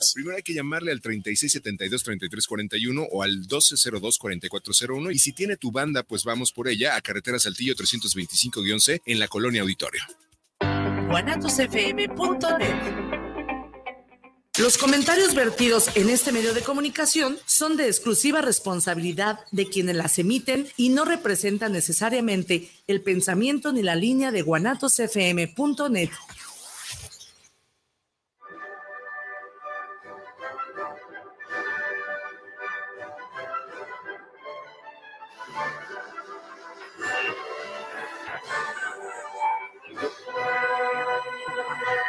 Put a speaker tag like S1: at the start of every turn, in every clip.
S1: llamadas. Primero hay que llamarle al 3672-3341 o al 1202-4401 y si tiene tu banda, pues vamos por ella a Carretera Saltillo 325-11 en la Colonia Auditorio.
S2: guanatosfm.net. Los comentarios vertidos en este medio de comunicación son de exclusiva responsabilidad de quienes las emiten y no representan necesariamente el pensamiento ni la línea de guanatosfm.net.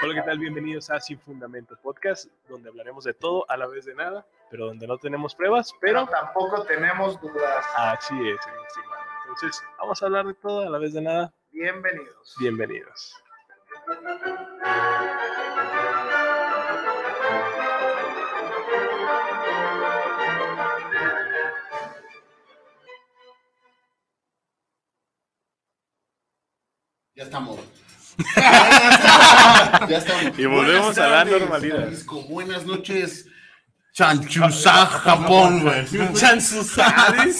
S3: Hola, ¿qué tal? Bienvenidos a Sin Fundamento Podcast, donde hablaremos de todo a la vez de nada, pero donde no tenemos pruebas, pero
S4: Pero tampoco tenemos dudas.
S3: así es. mi estimado. Entonces, vamos a hablar de todo a la vez de nada.
S4: Bienvenidos.
S3: Bienvenidos.
S5: Ya estamos. ya estamos.
S3: Y volvemos
S5: Buenas
S3: a la
S5: tardes,
S3: normalidad.
S5: Jalisco. Buenas noches. Chanchusá, Japón, güey. Chanchusá,
S3: Ay,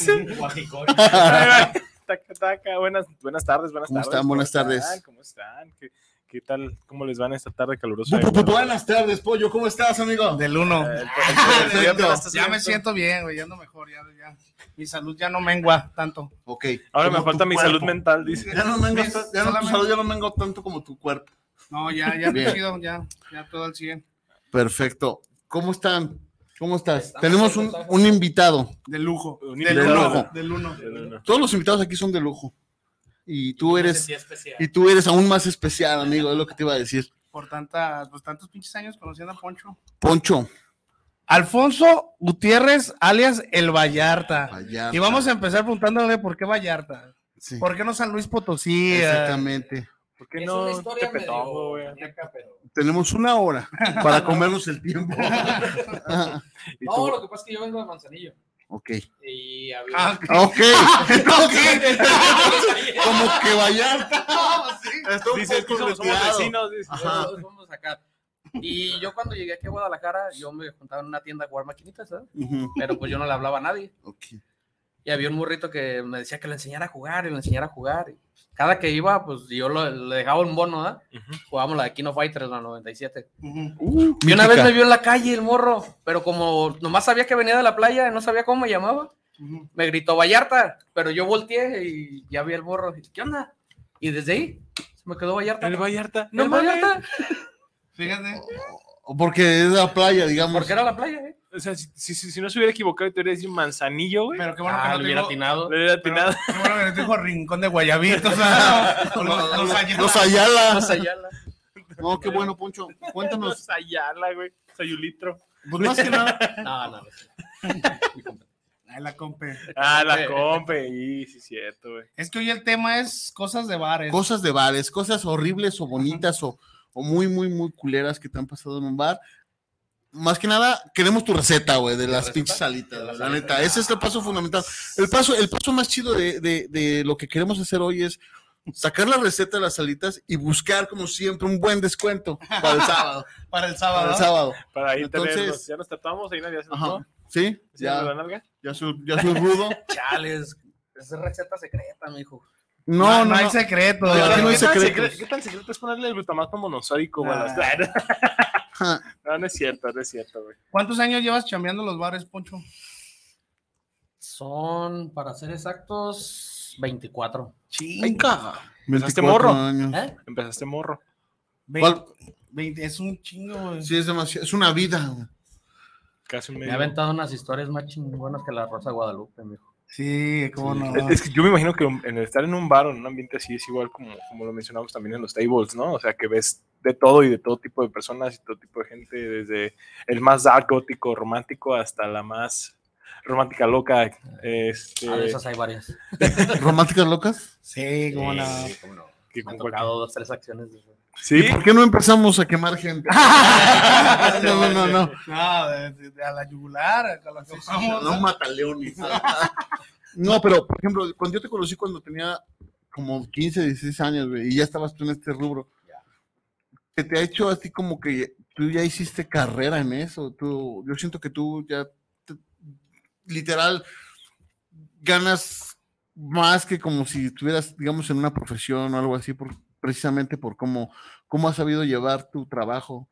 S3: va. taca, taca. Buenas, buenas tardes, buenas
S5: ¿Cómo
S3: tardes.
S5: están? Buenas tardes.
S3: ¿Cómo están? ¿Qué, qué tal? ¿Cómo les van esta tarde calurosa?
S5: Buenas tardes, pollo. ¿Cómo estás, amigo?
S6: Del 1.
S3: Eh, pues,
S5: Perfecto.
S6: Ya me siento bien, güey, ya ando mejor, ya, ya. Mi salud ya no mengua tanto.
S5: Ok.
S3: Ahora me
S5: Como
S3: falta
S5: tu
S3: mi
S5: cuerpo.
S3: salud mental, dice.
S5: Ya no vengo,
S6: Mis-
S5: ya no, tu
S6: solamente-
S5: salud ya no vengo tanto como tu cuerpo.
S6: No, ya, ya,
S5: Bien.
S6: chido, ya, ya todo al 100.
S5: Perfecto. ¿Cómo están? ¿Cómo estás? Tenemos un, un invitado.
S6: De lujo.
S3: Un
S6: Del
S3: invitado.
S5: lujo.
S6: Del 1.
S3: No, no.
S5: Todos los invitados aquí son de lujo. Y tú eres,
S7: especial.
S5: y tú eres aún más especial, amigo, es lo que te iba a decir.
S6: Por tantas, pues tantos pinches años conociendo a Poncho.
S5: Poncho.
S6: Alfonso Gutiérrez, alias El Vallarta.
S5: Vallarta.
S6: Y vamos a empezar preguntándole por qué Vallarta.
S5: Sí,
S6: ¿Por qué no San Luis Potosí? Ah.
S5: Exactamente.
S3: ¿Por qué
S7: Es
S3: no?
S7: una historia
S3: Tepetongo,
S7: medio
S3: güey?
S7: maníaca, pero-
S5: Tenemos una hora para comernos el tiempo.
S3: ¿Y
S7: No,
S3: tú?
S7: lo que pasa es que yo vengo de Manzanillo.
S5: ok.
S7: Y
S6: Ah,
S7: había...
S5: Ok. ok. Como que Vallarta. Está un
S3: Dice, es que
S5: poco
S3: somos, somos
S5: retirado.
S3: vecinos, dice.
S5: Ajá.
S7: Todos vamos acá. Y yo cuando llegué aquí a Guadalajara, yo me juntaba en una tienda a jugar maquinitas, ¿sabes?
S5: Ujú,
S7: Pero pues yo no le hablaba a nadie.
S5: ok.
S7: Y había un burrito que me decía que le enseñara a jugar y le enseñara a jugar. Y cada que iba, pues yo lo- le dejaba un bono, ¿ah?
S3: Ujú.
S7: Jugábamos la de Kino Fighters, la 97.
S6: ujú.
S7: Y una vez
S5: Mítica.
S7: me vio en la calle el morro, pero como nomás sabía que venía de la playa, no sabía cómo me llamaba.
S6: Ujú.
S7: me gritó Vallarta, pero yo volteé y ya vi el morro. y, ¿Qué onda? Y desde ahí se me quedó Vallarta.
S3: El Vallarta.
S7: ¿No
S3: El
S7: Vallarta?
S6: Fíjate.
S5: O Porque es la playa, digamos.
S7: Porque era la playa, ¿eh?
S3: O sea, si, si- si- si no se hubiera equivocado, te hubiera dicho manzanillo, güey.
S6: Pero qué bueno
S7: Ah,
S6: que no
S7: le
S6: te
S7: hubiera
S6: digo-
S7: atinado.
S3: Le hubiera
S6: Pero,
S3: atinado.
S6: qué bueno que no te dijo rincón de guayabitos. ¿verdad? O los- los Ayala.
S5: Los Ayala.
S7: Más allá la-
S5: No, qué bueno, Poncho. Cuéntanos.
S3: Sayala, güey. Sayulitro.
S5: Pues más que nada.
S7: No, no. no.
S6: Ay, la compe.
S3: Ah, la
S7: Eh.
S3: compe. Y sí, cierto, güey.
S6: Es que hoy el tema es cosas de bares.
S5: Cosas de bares, cosas horribles o bonitas o, o muy, muy, muy culeras que te han pasado en un bar. Más que nada, queremos tu receta, güey, de las pinches salitas, la neta. Ese es el paso fundamental. El paso, el paso más chido de, de- de lo que queremos hacer hoy es sacar la receta de las salitas y buscar, como siempre, un buen descuento para el sábado.
S6: para el
S5: para
S6: sábado.
S5: el sábado.
S3: Para ahí
S5: Entonces-
S3: tenerlos. Ya nos tatuamos, ahí nadie se
S5: Ajá.
S3: tatuó.
S5: ¿Sí?
S3: ¿Sí nos la
S5: Ya,
S3: nalga?
S5: ya, soy, ya soy rudo.
S7: Chales. Esa es receta secreta, mijo.
S5: No, no, no.
S6: hay secreto.
S5: No, ya
S3: ¿Qué
S5: no hay
S3: tan
S5: secretos. Ah.
S3: secre- ¿Qué tan secreto es ponerle el glutamato monosódico, güey? a las-
S5: Ajá.
S3: No, no es cierto, no es cierto, güey.
S6: ¿Cuántos años llevas chambeando los bares, Poncho?
S7: Son, para ser exactos, 24.
S5: Ay, caja.
S3: Empezaste morro.
S5: 24 años.
S7: ¿Eh?
S3: Empezaste morro.
S5: ¿Cuál?
S6: 20, es un chingo, güey.
S5: Sí, es demasiado. Es una vida. güey.
S3: Casi un
S7: Me
S3: medio.
S7: ha aventado unas historias más chingonas que la Rosa de Guadalupe, mijo.
S6: Sí, cómo no.
S3: Es- Es que yo me imagino que en estar en un bar o en un ambiente así es igual como, como lo mencionamos también en los tables, ¿no? O sea, que ves de todo y de todo tipo de personas y todo tipo de gente, desde el más dark gótico romántico hasta la más romántica loca. Este,
S7: A Ah, de esas hay varias.
S5: ¿Románticas locas?
S6: Sí, cómo no.
S7: Sí, cómo no.
S3: que
S7: Me
S3: con
S7: han
S3: cualquier-
S7: tocado dos, tres acciones. de esas.
S3: Sí,
S5: ¿Por qué no empezamos a quemar gente? no, no, no, no.
S6: No, de- de- de a la yugular, a la que vamos.
S5: No mata leones. No, pero, por ejemplo, cuando yo te conocí cuando tenía como 15, 16 años, güey, y ya estabas tú en este rubro, ¿se te ha hecho así como que tu tú ya hiciste carrera en eso. Tú, yo siento que tú ya te- literal ganas más que como si estuvieras, digamos, en una profesión o algo así, por, precisamente por cómo, cómo has sabido llevar tu trabajo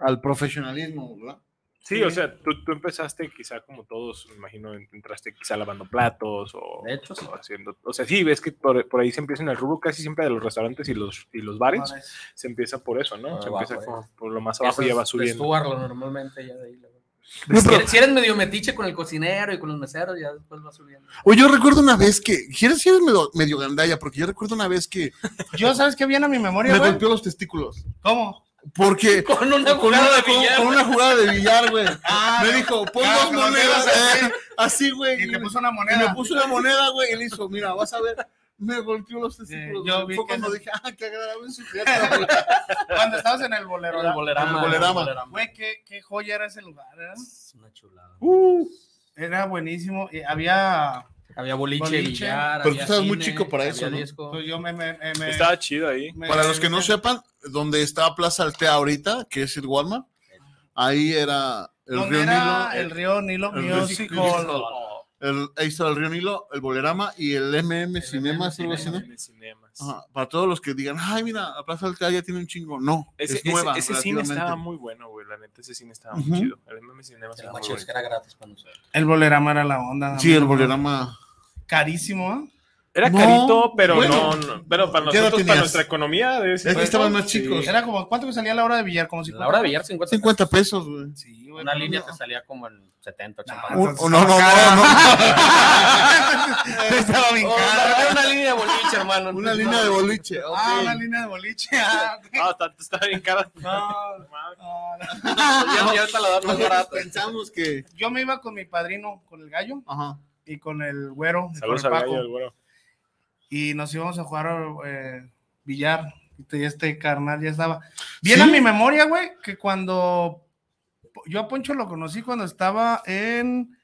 S5: al profesionalismo, ¿verdad?
S3: Sí, o sea, tú, tú empezaste quizá como todos, me imagino, en- entraste quizá lavando platos o,
S7: De hecho, sí.
S3: o haciendo... O sea, sí, ves que por, por ahí se empieza en el rubro casi siempre de los restaurantes y los, y los bares, se empieza por eso, ¿no?
S7: Por
S3: se
S7: abajo,
S3: empieza
S7: eh.
S3: como por lo más abajo y
S7: Eso
S3: ya
S7: es
S3: va subiendo.
S7: desjugarlo normalmente ya de ahí. luego.
S5: No,
S7: Si
S5: pero-
S7: eres- si eres medio metiche con el cocinero y con los meseros, ya después va subiendo.
S5: Oye, yo recuerdo una vez que, quieres si eres medio, medio gandalla, porque yo recuerdo una vez que
S6: Yo, ¿sabes qué viene a mi memoria,
S5: me
S6: güey?
S5: golpeó los testículos.
S6: ¿Cómo?
S5: Porque
S7: Con una
S5: con una,
S7: jugada de
S5: con-
S7: billar.
S5: con una jugada de billar, güey. me dijo, pon
S6: claro,
S5: dos
S6: con las
S5: monedas
S6: monedas
S5: eh, así, güey.
S6: Y te puso una
S5: Y Ah, me
S6: moneda.
S5: puso una moneda, güey, y le hizo, mira, vas a ver. Me golpeó los testículos.
S6: yo
S5: güey.
S6: vi
S5: Fue
S6: que
S5: cuando
S6: no.
S5: dije, ah, qué agradable sujeto, güey.
S6: Cuando estabas en el bolero.
S7: El bolerama.
S5: El bolerama.
S6: Güey, qué, qué joya era ese lugar, ¿verdad?
S7: Es una chulada.
S3: Uh,
S6: Era buenísimo. y había.
S7: Había boliche,
S6: Boliche.
S7: billar.
S5: Pero
S7: había
S5: tú estabas muy
S7: cine,
S5: chico para
S7: había
S5: eso, ¿no?
S7: disco.
S6: pues, yo me. me, me- me-
S3: estaba chido ahí.
S6: me-
S5: Para los que no
S6: me-
S5: sepan, donde está Plaza Altea ahorita, que es el Walmart, ahí era el
S6: ¿Dónde
S5: Río Nilo.
S6: era el río Nilo
S5: el Río
S6: Music
S5: Nilo.
S6: Hall?
S5: el- ahí está el Río Nilo, el Bolerama y el MM Cinemas, algo así, ¿no?
S3: En el cinemas.
S5: Ajá, Para todos los que digan, ay, mira, la Plaza Altea ya tiene un chingo. No,
S3: Ese,
S5: es nueva.
S3: ese, ese cine
S5: relativamente.
S3: estaba muy bueno, güey. La neta, ese cine estaba
S5: Ujú.
S3: muy chido. El MM Cinemas
S7: Era
S3: estaba
S7: muy
S3: muy
S7: chido,
S3: bueno.
S7: que era gratis para nosotros.
S6: El bolerama era la onda.
S5: Sí, el
S6: amigo.
S5: Bolerama.
S6: Carísimo, ¿ah?
S3: Era
S5: No,
S3: carito, pero
S5: bueno.
S3: no, no. Pero para
S5: ¿Qué edad
S3: nosotros,
S5: tenías?
S3: para nuestra economía. De ese
S5: Es que estaban
S3: tiempo,
S5: más chicos.
S6: Era como, ¿cuánto que salía la hora de billar? Como si
S7: La hora de billar 50.
S5: 50 pesos, güey.
S6: Sí, güey.
S7: Una
S6: no,
S7: línea
S6: no.
S7: te salía como en 70, 80.
S6: Ah,
S5: Un-
S6: entonces
S5: no, no, no,
S6: cara.
S5: no.
S6: Estaba bien
S7: Oh,
S6: cara.
S7: era una línea de boliche, hermano.
S5: Una línea de boliche. ok.
S6: Ah, una línea de boliche. ah, ok.
S3: Ah, está- está bien cara.
S6: No, no, no.
S7: Ya, ya ahorita la dan más
S5: Nosotros
S7: barata.
S5: pensamos que.
S6: Yo me iba con mi padrino, con el gallo
S5: Ajá.
S6: y con el güero. y con el
S3: Saludos al
S6: Paco.
S3: gallo, güey.
S6: y nos íbamos a jugar eh, billar. Y te- este carnal ya estaba. Viene
S5: ¿Sí?
S6: a mi memoria, güey, que cuando yo a Poncho lo conocí cuando estaba en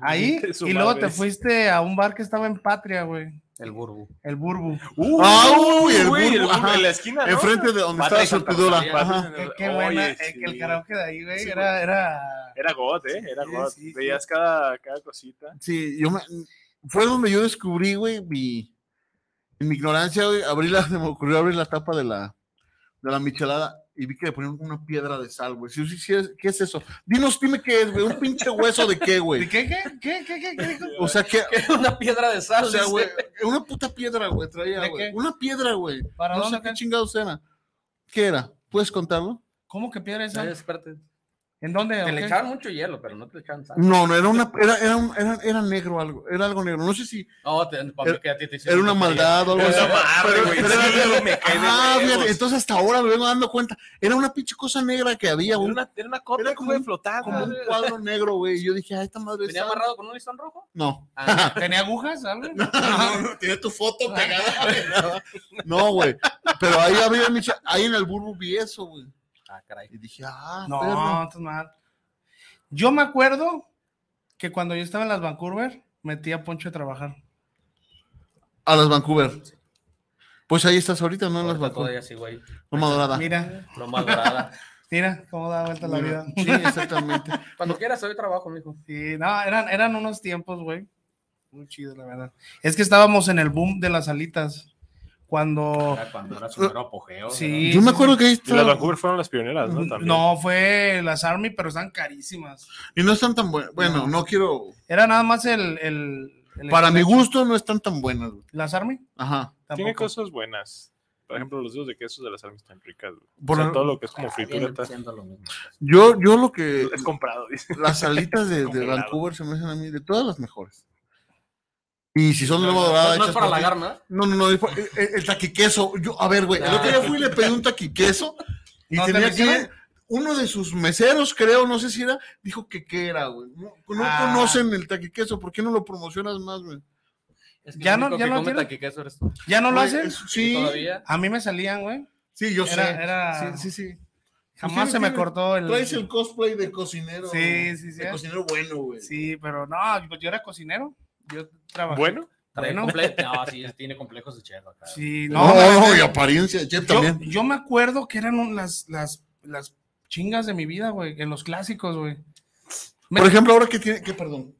S6: ahí
S3: De su
S6: y luego
S3: madre.
S6: te fuiste a un bar que estaba en Patria, güey,
S7: El burbu.
S6: el Burbu.
S3: Uh,
S5: Ah, uy, el
S3: güey,
S5: burbu, ajá.
S3: en la esquina. ¿no?
S5: Enfrente de donde
S3: Patria
S5: estaba
S3: y
S5: su
S3: Santa
S5: pidora.
S7: María.
S5: Ajá.
S6: Qué, qué buena, eh, que
S3: carajo.
S6: el karaoke de ahí, güey,
S3: Sí,
S6: era
S3: güey.
S6: era
S3: Era got, ¿eh? Era
S6: Sí,
S3: got.
S6: sí, sí.
S3: Veías cada, cada cosita.
S5: Sí, yo me. Fue donde yo descubrí, güey, mi. En mi ignorancia, güey, abrí la, se me ocurrió abrir la tapa de la, de la michelada y vi que le ponían una piedra de sal, güey. Sí, sí, sí, es- ¿Qué es eso? Dinos, dime qué es, güey. ¿Un pinche hueso de qué,
S6: ¿De
S5: güey?
S6: qué qué qué qué qué, qué dijo?
S5: O sea, ¿qué,
S7: Una piedra de sal.
S5: O sea,
S7: dice.
S5: güey, una puta piedra, güey, traía,
S6: ¿De
S5: güey.
S6: qué?
S5: Una piedra, güey.
S6: ¿Para
S5: No
S6: dónde
S5: sé qué
S6: acá?
S5: chingados era. ¿Qué era? ¿Puedes contarlo?
S6: ¿Cómo que piedra
S7: Ay,
S6: esa?
S7: espérate.
S6: ¿En dónde?
S7: Te
S6: o
S7: le
S6: qué?
S7: echaban mucho hielo, pero no te le echaban sal.
S5: No, no, era una, era, era, un- era, era negro algo, era algo negro. No sé si
S7: No, te, para mí
S5: Era-
S7: que a ti te hicieron
S5: era una
S7: brujería.
S5: maldad o algo así. pero- pero era negro.
S3: me cae de
S5: Ah,
S3: huevos.
S5: fíjate, entonces hasta ahora me vengo dando cuenta. Era una pinche cosa negra que había,
S3: Era
S5: un,
S3: una, era una cota
S5: Era como
S3: como de
S5: un-
S3: flotada.
S5: como un cuadro negro, güey. Y yo dije, ah, esta madre
S7: ¿Venía
S5: está...
S7: amarrado con un listón rojo?
S5: No.
S7: Ah,
S6: ¿Tenía agujas? algo?
S5: No, no, tiene tu foto pegada. no, güey. Pero ahí había, micha- ahí en el burbu vi eso, güey.
S7: ah, caray.
S5: Y dije, ah,
S6: No,
S5: perro.
S6: estás mal. Yo me acuerdo que cuando yo estaba en las Vancouver, metí a Poncho a trabajar.
S5: A las Vancouver. Pues ahí estás ahorita, ¿no? En las
S7: Ahorita
S5: Vancouver.
S7: todavía sí, güey.
S5: Loma Dorada.
S6: Mira,
S7: Loma dorada.
S6: mira cómo da vuelta la vida.
S5: Sí, exactamente.
S7: Cuando quieras, hoy trabajo, mijo.
S6: Sí, no, eran, eran unos tiempos, güey. Muy chido, la verdad. Es que estábamos en el boom de las alitas. Cuando.
S7: Era Cuando era su mero apogeo.
S6: Sí.
S5: Yo me acuerdo que ahí
S3: Y las
S5: está.
S3: Vancouver fueron las pioneras, Pues ¿no? También.
S6: No, fue las Army, pero están carísimas.
S5: Y no están tan buenas. Bueno,
S6: No.
S5: no quiero.
S6: Era nada más el. el- el-
S5: Para mi
S6: el-
S5: gusto, no están tan buenas. güey.
S6: ¿Las Army?
S5: Ajá.
S3: Tiene
S6: Tampoco.
S3: cosas buenas. Por ejemplo, los dedos de quesos de las armas están ricas. güey.
S5: Por-
S3: o sea, todo lo que es
S6: Ah,
S3: como
S7: Como
S3: fritura está-
S7: lo mismo.
S5: Yo, yo lo que.
S3: es comprado. dice.
S5: Las alitas de, de
S3: Congelado.
S5: Vancouver se me hacen a mí de todas las mejores. Y si son de loma
S7: No,
S6: Ah,
S5: dorada.
S7: no es
S5: hechas
S7: para
S5: por ti-
S7: halagar, ¿no?
S5: No, no, no. es por- El, el taquiqueso. Yo, a ver, güey. El otro día fui y le pedí un taquiqueso. Y
S6: ¿No te
S5: tenía
S6: lo
S5: que.
S6: hicieron?
S5: Uno de sus meseros, creo, no sé si era, dijo que qué era, güey. No, no
S6: Ah.
S5: conocen el taquiqueso. ¿Por qué no lo promocionas más, güey?
S7: Es que
S6: Ya
S7: el
S6: no-
S7: único
S6: ya
S7: que
S6: no
S7: come
S6: tiene-
S7: taquiqueso eres tú.
S6: ¿Ya no lo
S5: Güey,
S6: hacen?
S5: es- Sí,
S7: Todavía.
S6: A mí me salían, güey.
S5: sí, yo
S6: Era-
S5: sé.
S6: era-
S5: Sí, sí, sí.
S6: Jamás
S5: Sí,
S6: se me
S5: tiene-
S6: cortó el.
S5: Traes el cosplay de cocinero.
S6: Sí, sí, sí.
S5: De cocinero bueno, güey.
S6: Sí, pero no, pues yo era cocinero. Yo trabajé.
S3: Bueno,
S7: Trae
S6: Bueno.
S7: comple- No, sí, tiene complejos de chef acá.
S6: Sí,
S5: No,
S6: no.
S5: no,
S6: no,
S5: y apariencia,
S6: yo,
S5: chef también.
S6: yo me acuerdo que eran un- las, las, las chingas de mi vida, güey, en los clásicos, güey. Me-
S5: Por ejemplo, ahora que tiene, que perdón.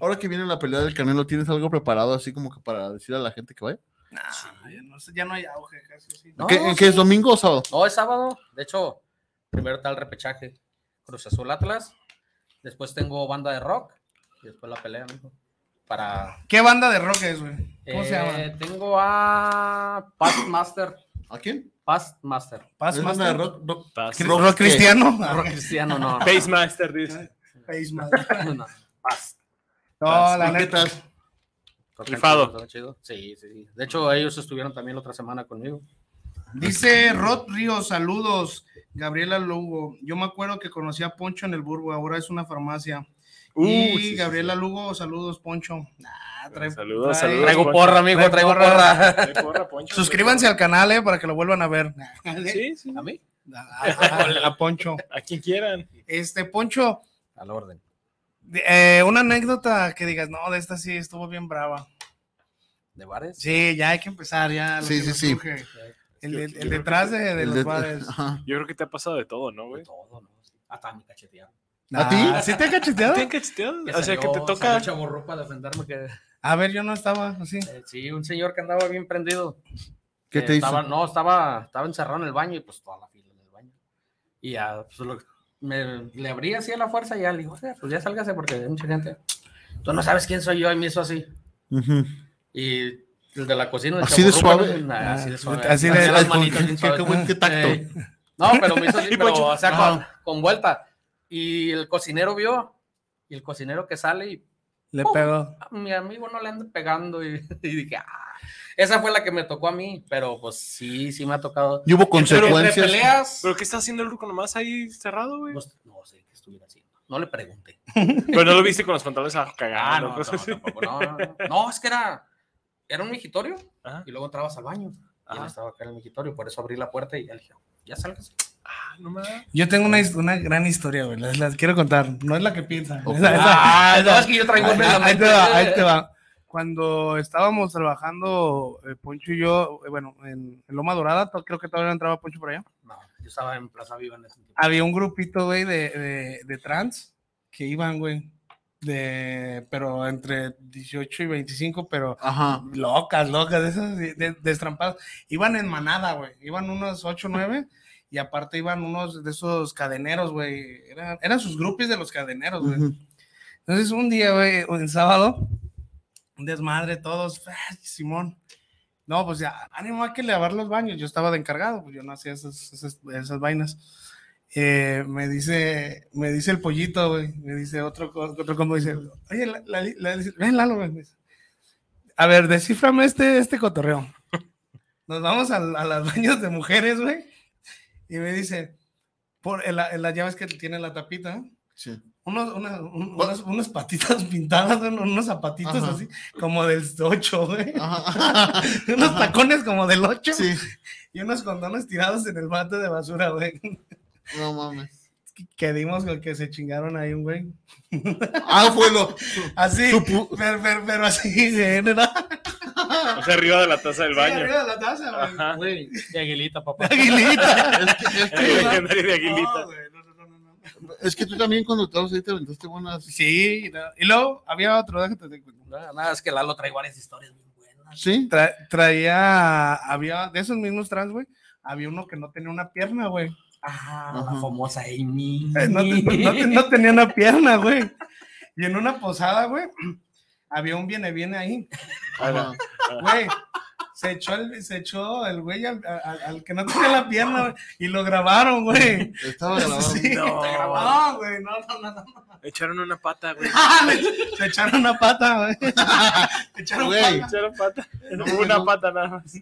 S5: Ahora que viene la pelea del Canelo, ¿tienes algo preparado así como que para decir a la gente que vaya?
S6: Nah, ya, no, sé, ya no hay auge casi. sí.
S7: No,
S5: ¿Qué, en
S7: sí.
S5: qué es domingo o sábado?
S7: No, es sábado. De hecho, primero está el repechaje. Cruz Azul Atlas. Después tengo banda de rock. Y después la pelea, mijo. Para.
S6: ¿Qué banda de rock es, güey? ¿Cómo se
S7: Eh,
S6: llama?
S7: Tengo a Past Master.
S5: ¿A quién?
S7: Past Master.
S6: Paz
S5: ¿Es banda de
S6: Master.
S5: rock, rock-
S6: Cri-
S5: rock-
S6: rock
S5: qué?
S6: cristiano. Ah,
S7: Rock cristiano, no. no.
S3: Pacemaster dice.
S6: Face Master.
S7: No, Past.
S6: No, la
S5: ¿Y qué
S6: neta.
S5: tal?
S3: Rifado.
S7: Está chido. Sí, sí, sí. De hecho, ellos estuvieron también la otra semana conmigo.
S6: Dice Rod Ríos, saludos. Gabriela Lugo, yo me acuerdo que conocí a Poncho en el Burgo, ahora es una farmacia.
S3: Uh,
S6: y
S3: sí, sí,
S6: Gabriela Lugo, saludos, Poncho. Ah, trae-
S3: Saludos,
S6: trae-
S3: saludos.
S7: Traigo porra, amigo,
S6: Traigo
S7: traigo
S6: porra.
S7: porra.
S3: Ay, porra, Poncho.
S6: Suscríbanse al canal, eh, para que lo vuelvan a ver.
S3: Sí, sí.
S7: ¿A mí?
S6: A, a- a Poncho.
S3: A quien quieran.
S6: Este, Poncho,
S7: Al orden.
S6: de- eh, una anécdota que digas, no, de esta sí estuvo bien brava.
S7: ¿De bares?
S6: Sí, ya hay que empezar, ya. lo
S5: Sí,
S6: que
S5: sí,
S6: nos
S5: sí.
S6: surge. El, de-
S3: Yo- yo
S6: el
S3: creo
S6: detrás de, de
S5: El
S6: los
S5: de-
S6: bares.
S5: Ajá.
S3: Yo creo que te ha pasado de todo, ¿no,
S7: De
S3: güey?
S7: todo, ¿no? Sí. Hasta mi cacheteado.
S5: ¿A ti?
S6: Ah, ¿Sí te ha cacheteado?
S3: ¿Te han cacheteado?
S7: Que
S3: O sea, que
S7: salió-
S3: te
S7: salió
S3: toca.
S7: chavorruco a defenderme que...
S6: A ver, yo no estaba así.
S7: Eh, Sí, un señor que andaba bien prendido.
S5: ¿Qué
S7: Eh,
S5: te hizo?
S7: Estaba, no, estaba, estaba encerrado en el baño y pues toda la fila en el baño. Y ya, pues, lo- me, le abrí así a la fuerza y ya le digo, "Oiga, pues ya sálgase porque hay mucha gente. Tú no sabes quién soy yo y me hizo así.
S5: Ujú.
S7: Y el de la cocina. el
S5: Así de
S7: chavorruco,
S5: suave. Ah,
S7: ¿no? Nah, así de suave.
S6: Así de-
S7: Hacía las
S5: Ay, con-
S7: manitas bien
S5: qué- qué
S7: suaves.
S5: buen- qué tacto.
S7: Ey. No, pero me hizo así,
S3: Y
S7: pero,
S3: Poncho,
S7: o sea, con,
S5: ajá.
S7: con vuelta. Y el cocinero vio. Y el cocinero que sale y
S6: Le
S7: Pum.
S6: pegó.
S7: "Ah, mi amigo no le anda pegando. Y, y dije, ah, esa fue la que me tocó a mí. Pero pues sí, sí me ha tocado.
S5: Y hubo
S7: Entre- Entre
S5: consecuencias.
S7: peleas.
S3: ¿Pero qué está haciendo el ruco nomás ahí cerrado, güey?
S7: pues, no sé qué estuviera haciendo. No le pregunté.
S3: Pero no lo viste con los pantalones a
S7: Ah,
S3: cagar.
S7: no,
S3: ¿no?
S7: no,
S3: Cosas así.
S7: tampoco, no, no, no. No, es que era, era un migitorio
S3: Ajá.
S7: y luego entrabas al baño. Y él
S3: Ajá.
S7: estaba acá en el migitorio, por eso abrí la puerta y él dijo, ya salgas.
S3: Ah, no me
S6: Yo tengo una, his- una gran historia, güey. Las, las quiero contar. No es la que piensa.
S5: Ok.
S6: Esa- esa-
S7: Ah,
S6: esa-
S7: no, es que yo traigo una en la
S6: ahí, ahí te
S7: mente.
S6: va, ahí te va. Cuando estábamos trabajando, eh, Poncho y yo, eh, bueno, en, en Loma Dorada, to- creo que todavía no entraba Poncho por allá.
S7: No, yo estaba en Plaza Viva en ese tiempo.
S6: Había un grupito, güey, de, de, de trans que iban, güey. De, pero entre 18 y 25, pero
S5: Ajá.
S6: locas, locas, de esas de- de- destrampadas. Iban en manada, güey. Iban unos 8, 9 y aparte iban unos de esos cadeneros, güey. Eran, eran sus grupis de los cadeneros, güey.
S5: Ujú.
S6: Entonces un día, güey, un sábado, un desmadre todos, ¡ah, Simón. No, pues ya, ánimo, hay que lavar los baños. Yo estaba de encargado, pues yo no hacía esas, esas, esas vainas. Eh, me dice, me dice el pollito, güey, me dice otro, co- otro como dice, oye, la, la, la- dice, ven, Lalo, güey. me dice, A ver, desciframe este, este cotorreo. Nos vamos a, a las baños de mujeres, güey. Y me dice, por, en, la, en las llaves que tiene la tapita, ¿eh?
S5: Sí.
S6: unos, una- un- unas, unas patitas pintadas, güey, unos zapatitos
S5: Ajá. Ah,
S6: así, como del 8, güey.
S5: Ajá.
S6: unos tacones como del 8
S5: Sí.
S6: y unos condones tirados en el bate de basura, güey.
S5: No mames.
S6: Que dimos con que se chingaron ahí un güey.
S5: Ah, fue lo.
S6: Así,
S5: Su pu-
S6: pero, pero- pero así, sí, ¿verdad?
S3: O sea, arriba de la taza del
S6: Sí,
S3: baño.
S6: arriba de la taza, güey.
S3: Ajá.
S7: Güey, de aguilita, papá.
S6: Aguilita.
S5: Es que, es,
S3: El
S7: Eh,
S5: que,
S3: legendario de
S6: No,
S3: Aguilita.
S6: güey, no, no, no, no, no.
S5: es que tú también cuando estabas ahí te aventaste buenas.
S6: Sí, no. y luego había otro, déjate te cuento.
S7: Nada, nada, es que Lalo trae varias historias bien buenas.
S5: Sí.
S6: Tra- traía, había de esos mismos trans, güey. Había uno que no tenía una pierna, güey.
S7: Ah,
S5: Ajá.
S7: la famosa Amy.
S6: Eh, No, te- no te- no tenía una pierna, güey. Y en una posada, güey, había un viene viene ahí.
S5: Ajá.
S6: Güey, se echó el, se echó el güey al, al- al que no tenía la pierna, güey, y lo grabaron, güey.
S5: Estaba grabado.
S6: Sí.
S3: No.
S6: No, güey, no, no, no, no.
S3: Echaron una pata, güey.
S6: Le- Se echaron una pata, güey. Se echaron
S5: Güey.
S6: pata.
S3: Echaron pata.
S5: No,
S3: una
S5: no.
S3: pata nada más.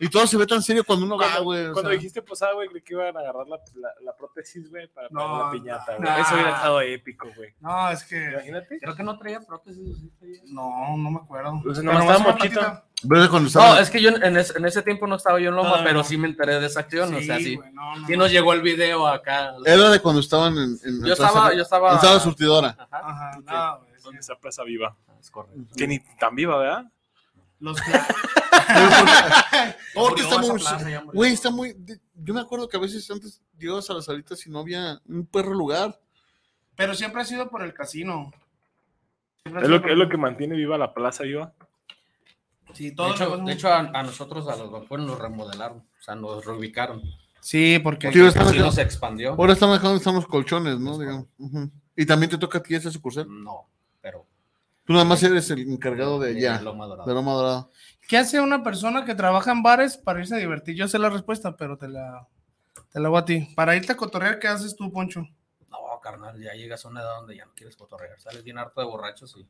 S5: Y todo se ve tan serio cuando uno va, güey. o
S3: Cuando
S5: sea.
S3: dijiste posada, güey, creí que iban a agarrar la, la, la prótesis, güey, para
S6: No,
S3: poner la piñata, güey.
S6: no.
S3: Eso hubiera estado épico, güey.
S6: No, es que
S3: Imagínate.
S7: Creo que no traía prótesis. sí traía.
S6: no, no me acuerdo.
S3: Pues nomás
S6: Pero
S3: estaba
S6: una
S3: mochito.
S6: patita.
S5: ¿Ves cuando estaba?
S7: No, es que yo en, en ese, en ese tiempo no estaba yo en Loma,
S6: No,
S7: pero
S6: Ah, no.
S7: sí me enteré de esa acción. o sea,
S6: Sí,
S7: sí.
S6: güey, no, no,
S7: Sí
S6: no.
S7: nos llegó el video acá.
S5: Era de cuando estaban en. en
S7: Yo estaba, yo estaba. Ah,
S5: estaba surtidora.
S7: Ajá.
S6: Ajá, no, güey, sí.
S3: ¿Dónde está Plaza Viva?
S7: Ah, Es correcto.
S3: Que ni tan viva, ¿verdad?
S6: Los pla-
S5: Oh,
S7: Porque
S5: que está
S7: luego
S5: muy.
S7: esa plaza ya murió.
S5: Güey, está muy. de- Yo me acuerdo que a veces antes llevas a las salitas y no había un perro lugar.
S6: Pero siempre ha sido por el casino. Siempre ha
S3: Es
S6: sido
S3: lo, que,
S6: por-
S3: es lo que mantiene viva la plaza, yo.
S6: Sí,
S7: De
S6: todo
S7: hecho,
S6: lo-
S7: de hecho, a, a nosotros, a los vampiros, nos remodelaron. O sea, nos reubicaron.
S6: Sí, porque
S5: Tío, están
S7: Sí
S5: acá-
S7: nos expandió.
S5: Ahora están dejando están los colchones, ¿no? Digamos. Ujú. Y también te toca a ti esa sucursal.
S7: No, pero. eh,
S5: Tú nada más eres el encargado de allá,
S7: Loma Dorada.
S5: de Loma Dorada.
S6: ¿qué hace una persona que trabaja en bares para irse a divertir? Yo sé la respuesta, pero te la, te la voy a ti. Para irte a cotorrear, ¿qué haces tú, Poncho?
S7: No, carnal, ya llegas a una edad donde ya no quieres cotorrear. Sales bien harto de borrachos y.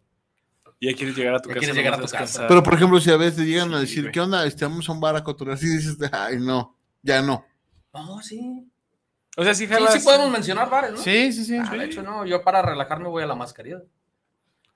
S3: Y ya quieres llegar a tu
S7: Ya
S3: casa.
S7: quieres llegar
S3: nomás
S7: a tu casa.
S3: descansar.
S5: Pero, por ejemplo, si a veces llegan a
S3: Sí,
S5: decir,
S3: güey.
S5: ¿qué onda? Este, vamos a un bar a cotorrear. Y dices, ay, no, ya no.
S7: No, sí.
S3: O sea, si
S7: Sí,
S3: jalas.
S7: sí podemos mencionar bares, ¿no?
S6: Sí, sí, sí.
S7: Ah, de hecho, no, yo para relajarme voy a la mascarilla.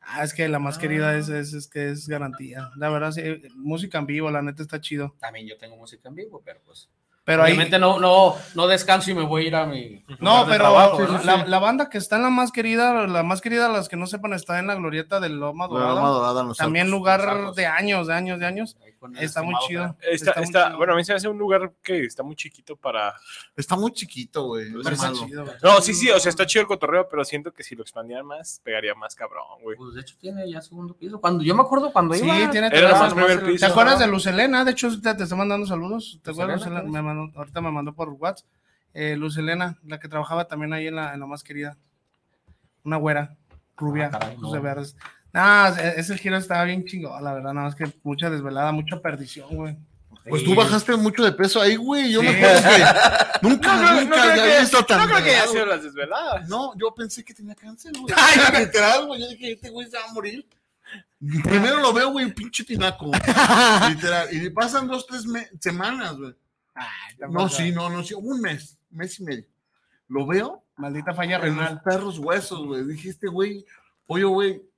S6: Ah, es que la más querida es, es, es que es garantía. La verdad, sí, eh, música en vivo, la neta está chido.
S7: También yo tengo música en vivo, pero pues.
S6: Pero ahí.
S7: obviamente no, no, no descanso y me voy a ir a mi.
S6: No,
S7: lugar de
S6: pero
S7: trabajo,
S6: la,
S7: ¿no?
S6: la- la banda que está en la más querida, la más querida, las que no sepan, está en la glorieta de Loma
S5: La
S6: Dorada.
S5: Loma Dorada no
S6: También lugar
S7: Arcos.
S6: de años, de años, de años.
S7: Ahí con el
S6: Está muy
S7: estimado
S6: chido.
S3: Está,
S6: muy
S3: está-
S6: chido.
S3: bueno, a mí se me hace un lugar que está muy chiquito para.
S5: Está muy chiquito, güey. es
S6: Pero está
S5: malo.
S6: chido, güey.
S3: No, sí, sí, o sea, está chido el cotorreo, pero siento que si lo expandieran más, pegaría más cabrón, güey.
S7: Pues de hecho tiene ya segundo piso. Cuando yo me acuerdo cuando
S6: Sí,
S7: iba.
S6: tiene
S3: Era
S6: terraza.
S3: más primer
S6: ¿Te
S3: piso.
S6: acuerdas de Luz Elena? De hecho, ahorita te está mandando saludos. ¿Te
S7: Luz
S6: acuerdas?
S7: Elena,
S6: Luz Elena?
S7: ¿quién es?
S6: Me mandó- ahorita me mandó por WhatsApp. Eh, Luz Elena, la que trabajaba también ahí en la, en la más querida. Una güera, rubia,
S7: Ah, caray,
S6: ojos
S7: no.
S6: de verdes. Nah, e- ese giro estaba bien chingón, la verdad. Nada más que mucha desvelada, mucha perdición, güey.
S5: Pues tú bajaste mucho de peso ahí, güey. Yo me
S6: Sí.
S5: acuerdo que nunca, nunca había visto tan
S3: no creo que haya
S5: delgado.
S3: sido las desveladas.
S5: No, yo pensé que tenía cáncer, güey. literal, güey. Yo dije, este güey se va a morir. Primero lo veo, güey, pinche tinaco. literal. Y pasan dos, tres me- semanas, güey. No, sí, no, no, sí. Un mes, mes y medio. Lo veo
S6: Maldita falla
S5: en los
S6: renal.
S5: perros huesos, güey. Dije, este güey, oye, güey,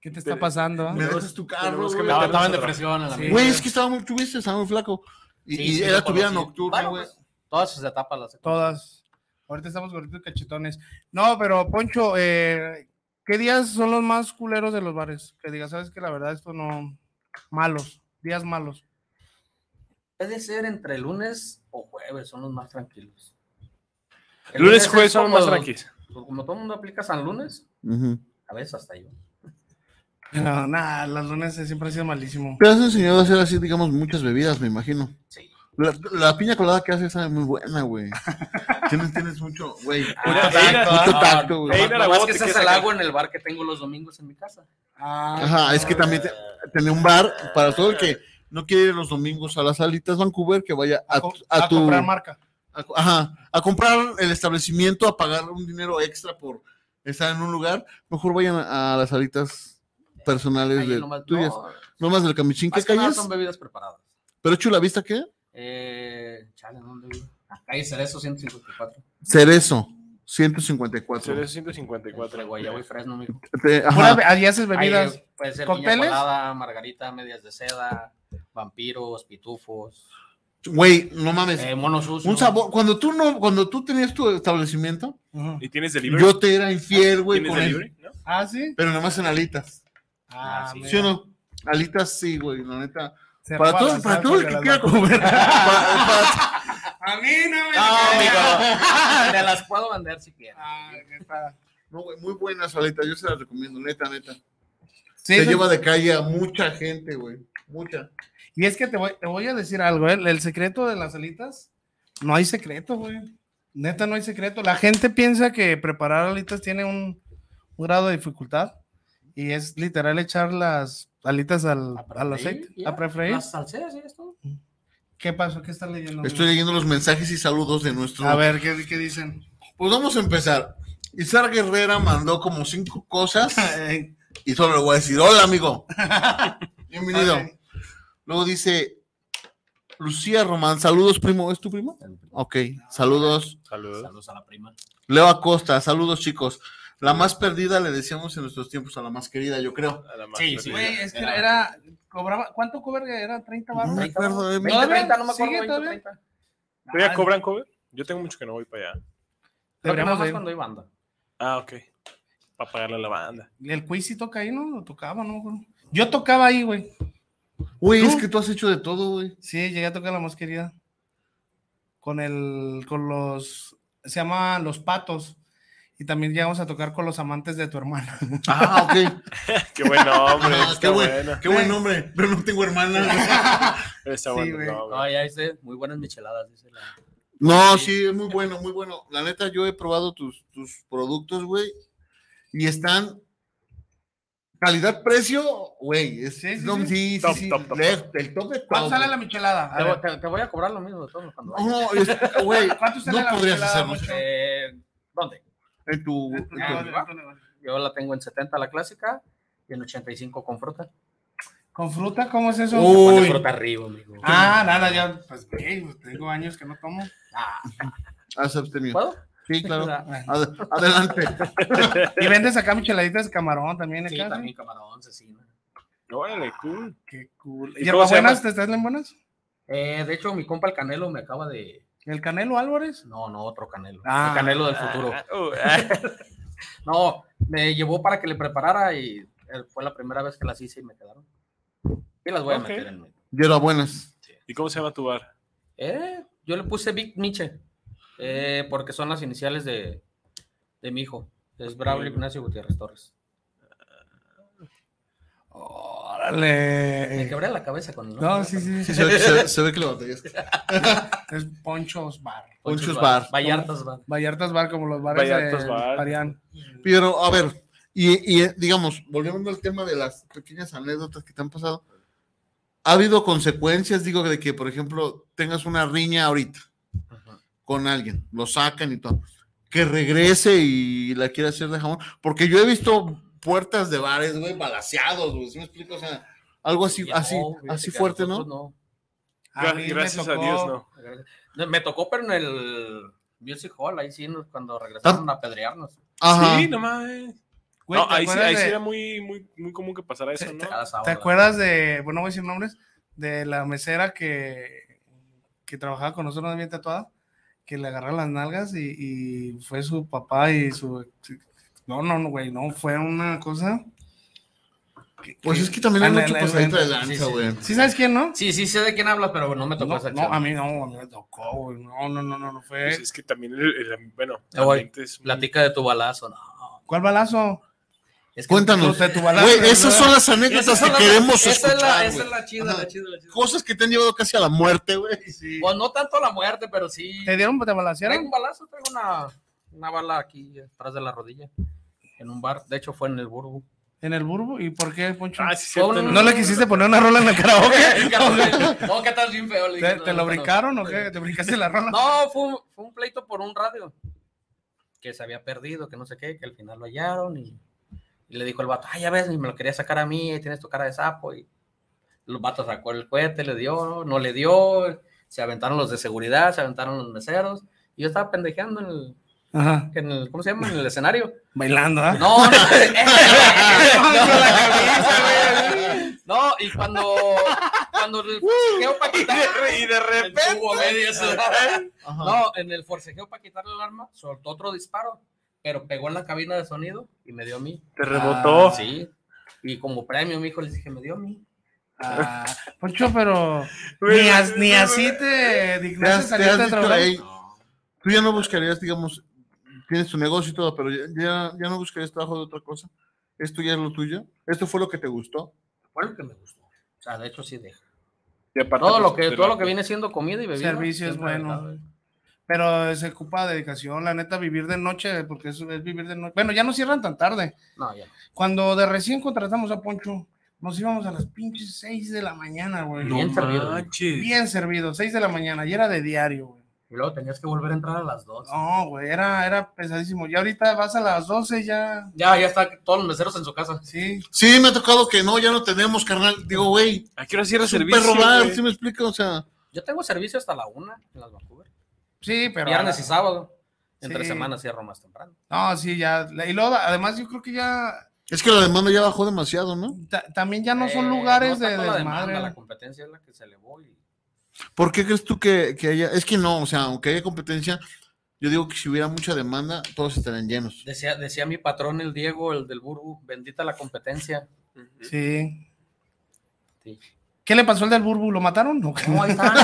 S6: ¿Qué te está pasando? ah?
S5: me dejas tu carro,
S3: tenemos que
S5: güey.
S7: No,
S3: meternos
S7: estaba en
S3: otra.
S7: depresión. en la
S6: Sí.
S7: mierda.
S5: Güey, es que estaba muy, tuviste, estaba muy flaco. Y,
S7: Sí,
S5: y
S7: sí,
S5: era
S7: lo
S5: tu vida
S7: conocí.
S5: nocturna,
S7: Bueno,
S5: güey.
S7: pues, Todas sus etapas las he
S6: Todas. Ahorita estamos gorditos y cachetones. No, pero Poncho, eh, ¿qué días son los más culeros de los bares? Que digas, sabes que la verdad esto no. Malos, días malos.
S7: Puede ser entre lunes o jueves, son los más tranquilos. El
S3: Lunes
S7: es
S3: y jueves son
S7: como-
S3: más tranquilos.
S7: pues, Como todo el mundo aplica San Lunes,
S5: Ujú.
S7: a veces hasta yo.
S6: No, nada, las lunes siempre ha sido malísimo.
S5: Te has enseñado a hacer así, digamos, muchas bebidas, me imagino.
S7: Sí.
S5: La, la piña colada que haces sabe muy buena, güey. Tienes, tienes mucho, güey.
S3: Mucho tacto,
S5: mucho
S7: ah,
S5: tacto, güey.
S3: Ey,
S7: Nomás-
S3: no la
S7: nomás
S3: bote,
S7: que ese
S3: que
S7: es
S3: esa
S7: el
S3: cara.
S7: agua en el bar que tengo los domingos en mi casa.
S5: Ajá, es que también te- tenía un bar para todo el que no quiere ir los domingos a las salitas Vancouver, que vaya a,
S6: Co-
S5: a
S6: a
S5: tu...
S6: comprar marca.
S5: a- ajá, a comprar el establecimiento, a pagar un dinero extra por estar en un lugar. Mejor vayan a, a las salitas personales
S7: Ahí
S5: de
S7: nomás-
S5: tuyas.
S7: no,
S5: Nomás del camichín, ¿qué
S7: más que nada
S5: calles?
S7: son bebidas preparadas.
S5: Pero chula, ¿vista qué?
S7: Eh, chale, ¿dónde vivo? Acá hay Cerezo 154.
S5: Cerezo, 154.
S3: Sería
S7: Entre
S3: 154.
S7: Guayabo y Fresno, mijo.
S5: Te- ajá.
S6: Pura- Allí haces bebidas.
S7: Ahí, eh, puede ser
S6: ¿Cócteles?
S7: piña colada, margarita, medias de seda, vampiros, pitufos,
S5: Güey, no mames.
S7: eh, monos sucios.
S5: un sabor. Cuando tú no, cuando tú tenías tu establecimiento,
S6: Ujú.
S3: ¿Y tienes delivery?
S5: yo te era infiel, güey,
S3: ¿Tienes
S5: con él.
S3: delivery? ¿No?
S6: Ah, sí.
S5: Pero nada más en alitas.
S6: Ah,
S7: sí.
S6: mira.
S5: ¿Sí o no? Alitas sí, güey, la neta.
S6: Se
S5: Para
S6: roba
S5: todo,
S6: las
S5: para
S6: salsas
S5: todo el
S6: de
S5: que
S6: las
S5: quiera
S6: marcas.
S5: comer. Para-
S6: A mí no me.
S7: amigo. Te las puedo vender si quieres.
S6: Ah, qué padre.
S5: No, güey, muy buenas alitas, yo se las recomiendo, neta, neta.
S6: Sí,
S5: se
S6: sí.
S5: lleva de calle a mucha gente, güey. Mucha.
S6: Y es que te voy, te voy a decir algo, ¿eh? el secreto de las alitas, no hay secreto, güey. Neta, no hay secreto. La gente piensa que preparar alitas tiene un, un grado de dificultad y es literal echar las alitas al, al aceite, a prefreír.
S7: Las salseas y esto.
S6: ¿Qué pasó? ¿Qué estás leyendo?
S5: Estoy
S6: güey?
S5: leyendo los mensajes y saludos de nuestro.
S6: Mm. A ver, ¿qué, qué dicen?
S5: Pues vamos a empezar. Izar Guerrera mandó como cinco cosas y solo le voy a decir, hola, amigo. Bienvenido.
S6: Ok.
S5: Luego dice Lucía Román, saludos, primo. ¿Es tu primo? Ok, saludos.
S3: Saludos.
S7: Saludos a la prima.
S5: Leo Acosta, saludos, chicos. La más perdida le decíamos en nuestros tiempos a la más querida, yo creo.
S3: A la más
S7: Sí, sí,
S3: perdida.
S6: Güey, es que
S7: Era-
S6: era, cobraba, ¿cuánto cover era? ¿30
S5: No
S6: baros?
S5: me acuerdo, eh,
S7: 20, 30, no me
S6: ¿Sigue
S7: acuerdo. 20,
S6: todavía?
S7: 30.
S6: Ah,
S3: ¿Todavía cobran cover? Yo tengo mucho que no voy para allá.
S7: Creo que nada
S6: Deberíamos
S7: más
S6: de ir.
S7: cuando hay banda.
S3: Ah, ok. Para pagarle a la banda.
S6: El quiz sí toca ahí, ¿no? Lo tocaba, ¿no? me acuerdo. Yo tocaba ahí, güey.
S5: Güey,
S6: ¿Tú?
S5: es que tú has hecho de todo, güey.
S6: Sí, llegué a tocar la más querida. Con el, con los, se llama Los Patos. Y también llegamos a tocar con los amantes de tu hermana.
S5: Ah, ok.
S3: Qué buen nombre.
S5: Ah,
S3: está
S5: qué, buen,
S3: bueno.
S5: qué buen nombre. Pero no tengo hermana. güey.
S3: Está
S6: Sí,
S3: bueno.
S6: güey.
S3: no, güey.
S7: No, ya dice, muy buenas micheladas, dice la.
S5: No, sí, es muy bueno, muy bueno. La neta, yo he probado tus, tus productos, güey, y están calidad-precio, güey. es-
S6: Sí, sí,
S5: no,
S6: sí.
S5: sí, sí,
S3: Top,
S5: sí,
S3: top, top.
S5: le- El top de top.
S6: ¿Cuánto sale la michelada? A
S7: Te,
S6: ver,
S7: vo- te- te voy a cobrar lo mismo de todos cuando vayas.
S5: No, es- güey,
S6: ¿Cuánto sale
S5: no
S6: la
S5: podrías
S6: michelada,
S5: hacernos
S6: Mocho?
S7: Eh, ¿Dónde?
S5: en tu... en
S6: Es tu
S5: tu-
S6: negocio, es tu negocio.
S7: Yo la tengo en 70 la clásica y en 85 con fruta.
S6: ¿Con fruta? ¿Cómo es eso?
S7: Pone
S5: Uy,
S7: fruta arriba, amigo.
S6: Ah, nada, ya, pues, güey, pues, tengo años que no tomo.
S7: Ah,
S5: has abstenido.
S7: ¿Puedo?
S5: Sí, claro.
S7: Ah,
S5: Ad- adelante.
S6: Y vendes acá micheladitas de camarón también
S7: Sí,
S6: acá. ¿sí?
S7: también camarón, cecina.
S3: Órale, cool.
S6: Qué cool.
S3: ¿Y cómo se
S6: ¿Hierbabuenas?
S3: llama?
S6: ¿Te estás en buenas?
S7: Eh, de hecho, mi compa el Canelo me acaba de.
S6: ¿El Canelo Álvarez?
S7: No, no, otro Canelo.
S6: Ah.
S7: el Canelo del futuro.
S3: Ah, uh, ah,
S7: No, me llevó para que le preparara y eh, fue la primera vez que las hice y me quedaron. Y las voy
S3: Ok.
S7: a meter en mi.
S5: Hierbabuenas.
S3: ¿Y cómo se llama tu bar?
S7: Eh, yo le puse Big Miche, eh, porque son las iniciales de, de mi hijo. Es Braulio Ignacio Gutiérrez Torres. Me
S6: Órale.
S7: quebré la cabeza con el nombre,
S6: Eh. No, sí, sí.
S5: Sí, se ve que, se, se ve que le batallaste.
S6: Es Ponchos Bar.
S5: Ponchos Bar.
S7: Vallartas Bar.
S6: Vallartas Bar, como los bares
S3: Vallartas
S6: de
S3: Bar.
S6: Parián.
S5: Pero, a ver, y, y, eh, digamos, volviendo al tema de las pequeñas anécdotas que te han pasado, ¿ha habido consecuencias, digo, de que, por ejemplo, tengas una riña ahorita
S7: Ajá.
S5: con alguien, lo sacan y todo, que regrese y la quiera hacer de jamón? Porque yo he visto puertas de bares, güey, balaseados, güey, ¿sí me explico? O sea, algo así,
S7: No,
S5: así,
S7: fíjate
S5: así
S7: que a
S5: fuerte,
S7: nosotros
S5: ¿no?
S6: A
S3: Gra-
S6: mí me
S3: gracias a
S6: tocó-
S3: Dios, no.
S7: No, Me tocó, pero en el Music Hall, ahí sí, nos- cuando regresaron
S6: Ah.
S7: a apedrearnos.
S5: Ajá.
S3: Sí, no mames.
S6: Güey,
S3: no,
S6: ¿te
S3: ahí, sí,
S6: acuerdas
S3: ahí sí
S6: de- Eh.
S3: era muy, muy, muy común que pasara eso, ¿no?
S7: Cada sábado.
S6: ¿Te acuerdas de, bueno, no voy a decir nombres, de la mesera que, que trabajaba con nosotros bien tatuada, que le agarraron las nalgas y, y fue su papá y su... No, no, no, güey, no, fue una cosa... que-
S5: Pues
S6: que-
S5: es que también hay
S6: Ah, la-
S5: mucho
S6: la-
S5: pasadito de
S6: la-
S7: sí,
S5: lanza,
S7: sí.
S5: güey.
S6: Sí, ¿sabes quién, no?
S7: Sí, sí, sé de quién hablas, pero no me tocó
S6: No,
S7: esa
S6: no,
S7: chava.
S6: a mí no, a mí me tocó, güey. No, no, no, no, no fue.
S3: Pues es que también, el, el- bueno,
S6: Ah,
S7: Ya voy.
S3: ambiente es muy-
S7: Platica de tu balazo, no.
S6: ¿Cuál balazo?
S7: Es que-
S5: Cuéntanos.
S6: De tu balazo.
S5: Güey,
S6: de
S5: esas
S6: verdad.
S5: son las
S7: Esas
S5: anécdotas
S7: son
S5: que
S7: las-
S5: queremos
S7: esa es la-
S5: escuchar,
S7: Esa
S5: güey.
S7: es la chida,
S5: Ajá.
S7: la chida, la chida.
S5: Cosas que te han llevado casi a la muerte, güey.
S6: Sí.
S7: Pues no tanto la muerte, pero sí.
S6: ¿Te dieron, te
S7: Traigo un
S6: balacearon?
S7: balazo, traigo una, una bala aquí atrás de la rodilla. En un bar. De hecho, fue en el Burgo.
S6: ¿En el burbo? ¿Y por qué, Poncho?
S3: Ah, sí, cierto.
S7: Con-
S6: ¿No le quisiste poner una rola en el karaoke?
S7: no, que estás bien feo. le dije,
S6: ¿Te, te
S7: no,
S6: lo
S7: no,
S6: brincaron
S7: no.
S6: o qué? ¿Te brincaste la rola?
S7: No, fue un, fue un pleito por un radio que se había perdido, que no sé qué, que al final lo hallaron y, y le dijo el vato, ay, ya ves, y me lo quería sacar a mí, ahí tienes tu cara de sapo. Y los vatos sacó el cohete, le dio, no le dio, se aventaron los de seguridad, se aventaron los meseros. Y yo estaba pendejeando en el,
S6: Ajá.
S7: en el ¿cómo se llama? En el escenario.
S6: Bailando, ¿ah?
S7: No, no,
S6: Con la
S7: no,
S6: camisa,
S7: no, y cuando, cuando el forcejeo para quitar,
S3: Y de repente.
S7: Estuvo medias.
S5: Ajá.
S7: no, en el forcejeo para quitarle el arma, soltó otro disparo, pero pegó en la cabina de sonido y me dio a mí.
S3: Te rebotó.
S6: Ah,
S7: Sí, y como premio, mi hijo les dije, me dio a mí.
S6: Ah, Poncho, pero
S3: Güey,
S6: ni, as- ni
S3: no,
S6: así te
S5: Te has-
S6: dignaste
S5: te has
S6: salirte a
S5: visto
S6: trabajar.
S5: ahí.
S7: No,
S5: Tú ya no buscarías, digamos, tienes tu negocio y todo, pero ya, ya, ya no buscarías trabajo de otra cosa. Esto ya es lo tuyo. Esto fue lo que te gustó.
S7: fue lo que me gustó. O sea, de hecho sí deja.
S3: Y aparte,
S7: Todo lo
S3: pues,
S7: que,
S3: de
S7: todo
S3: la-
S7: lo que viene siendo comida y bebida.
S6: Servicio es
S7: siempre
S6: bueno.
S7: ha estado ahí.
S6: Pero se ocupa dedicación, la neta, vivir de noche, porque eso es vivir de noche. Bueno, ya no cierran tan tarde.
S7: No, ya.
S6: Cuando de recién contratamos a Poncho, nos íbamos a las pinches 6 de la mañana, güey.
S7: No. Bien servido.
S3: manches.
S6: Bien servido, 6 de la mañana, y era de diario, güey.
S7: Y luego tenías que volver a entrar a las dos.
S6: No, güey, era, era pesadísimo. Ya ahorita vas a las 12 ya.
S7: Ya, ya está todos los meseros en su casa.
S6: Sí.
S5: Sí, me ha tocado que no, ya no tenemos, carnal. Digo, güey,
S3: ¿A qué hora cierra
S5: es un
S3: servicio?
S5: perro bar,
S3: güey?
S5: ¿sí me explico? O sea,
S7: Yo tengo servicio hasta la una en las Vancouver.
S6: Sí, pero.
S7: Viernes y sábado. Entre
S6: Sí.
S7: semanas cierro más temprano.
S6: No, sí, ya. Y luego, además, yo creo que ya.
S5: es que la demanda ya bajó demasiado, ¿no?
S6: ta- también ya no son
S7: Eh,
S6: lugares
S7: no
S6: de
S7: tanto la demanda,
S6: desmadre.
S7: La competencia es la que se elevó y
S5: ¿Por qué crees tú que, que haya? Es que no, o sea, aunque haya competencia, yo digo que si hubiera mucha demanda, todos estarían llenos.
S7: decía, decía mi patrón, el Diego, el del Burbu, bendita la competencia.
S6: Sí.
S7: Sí.
S6: ¿Qué le pasó al del Burbu? ¿Lo mataron? No,
S7: No, ahí está.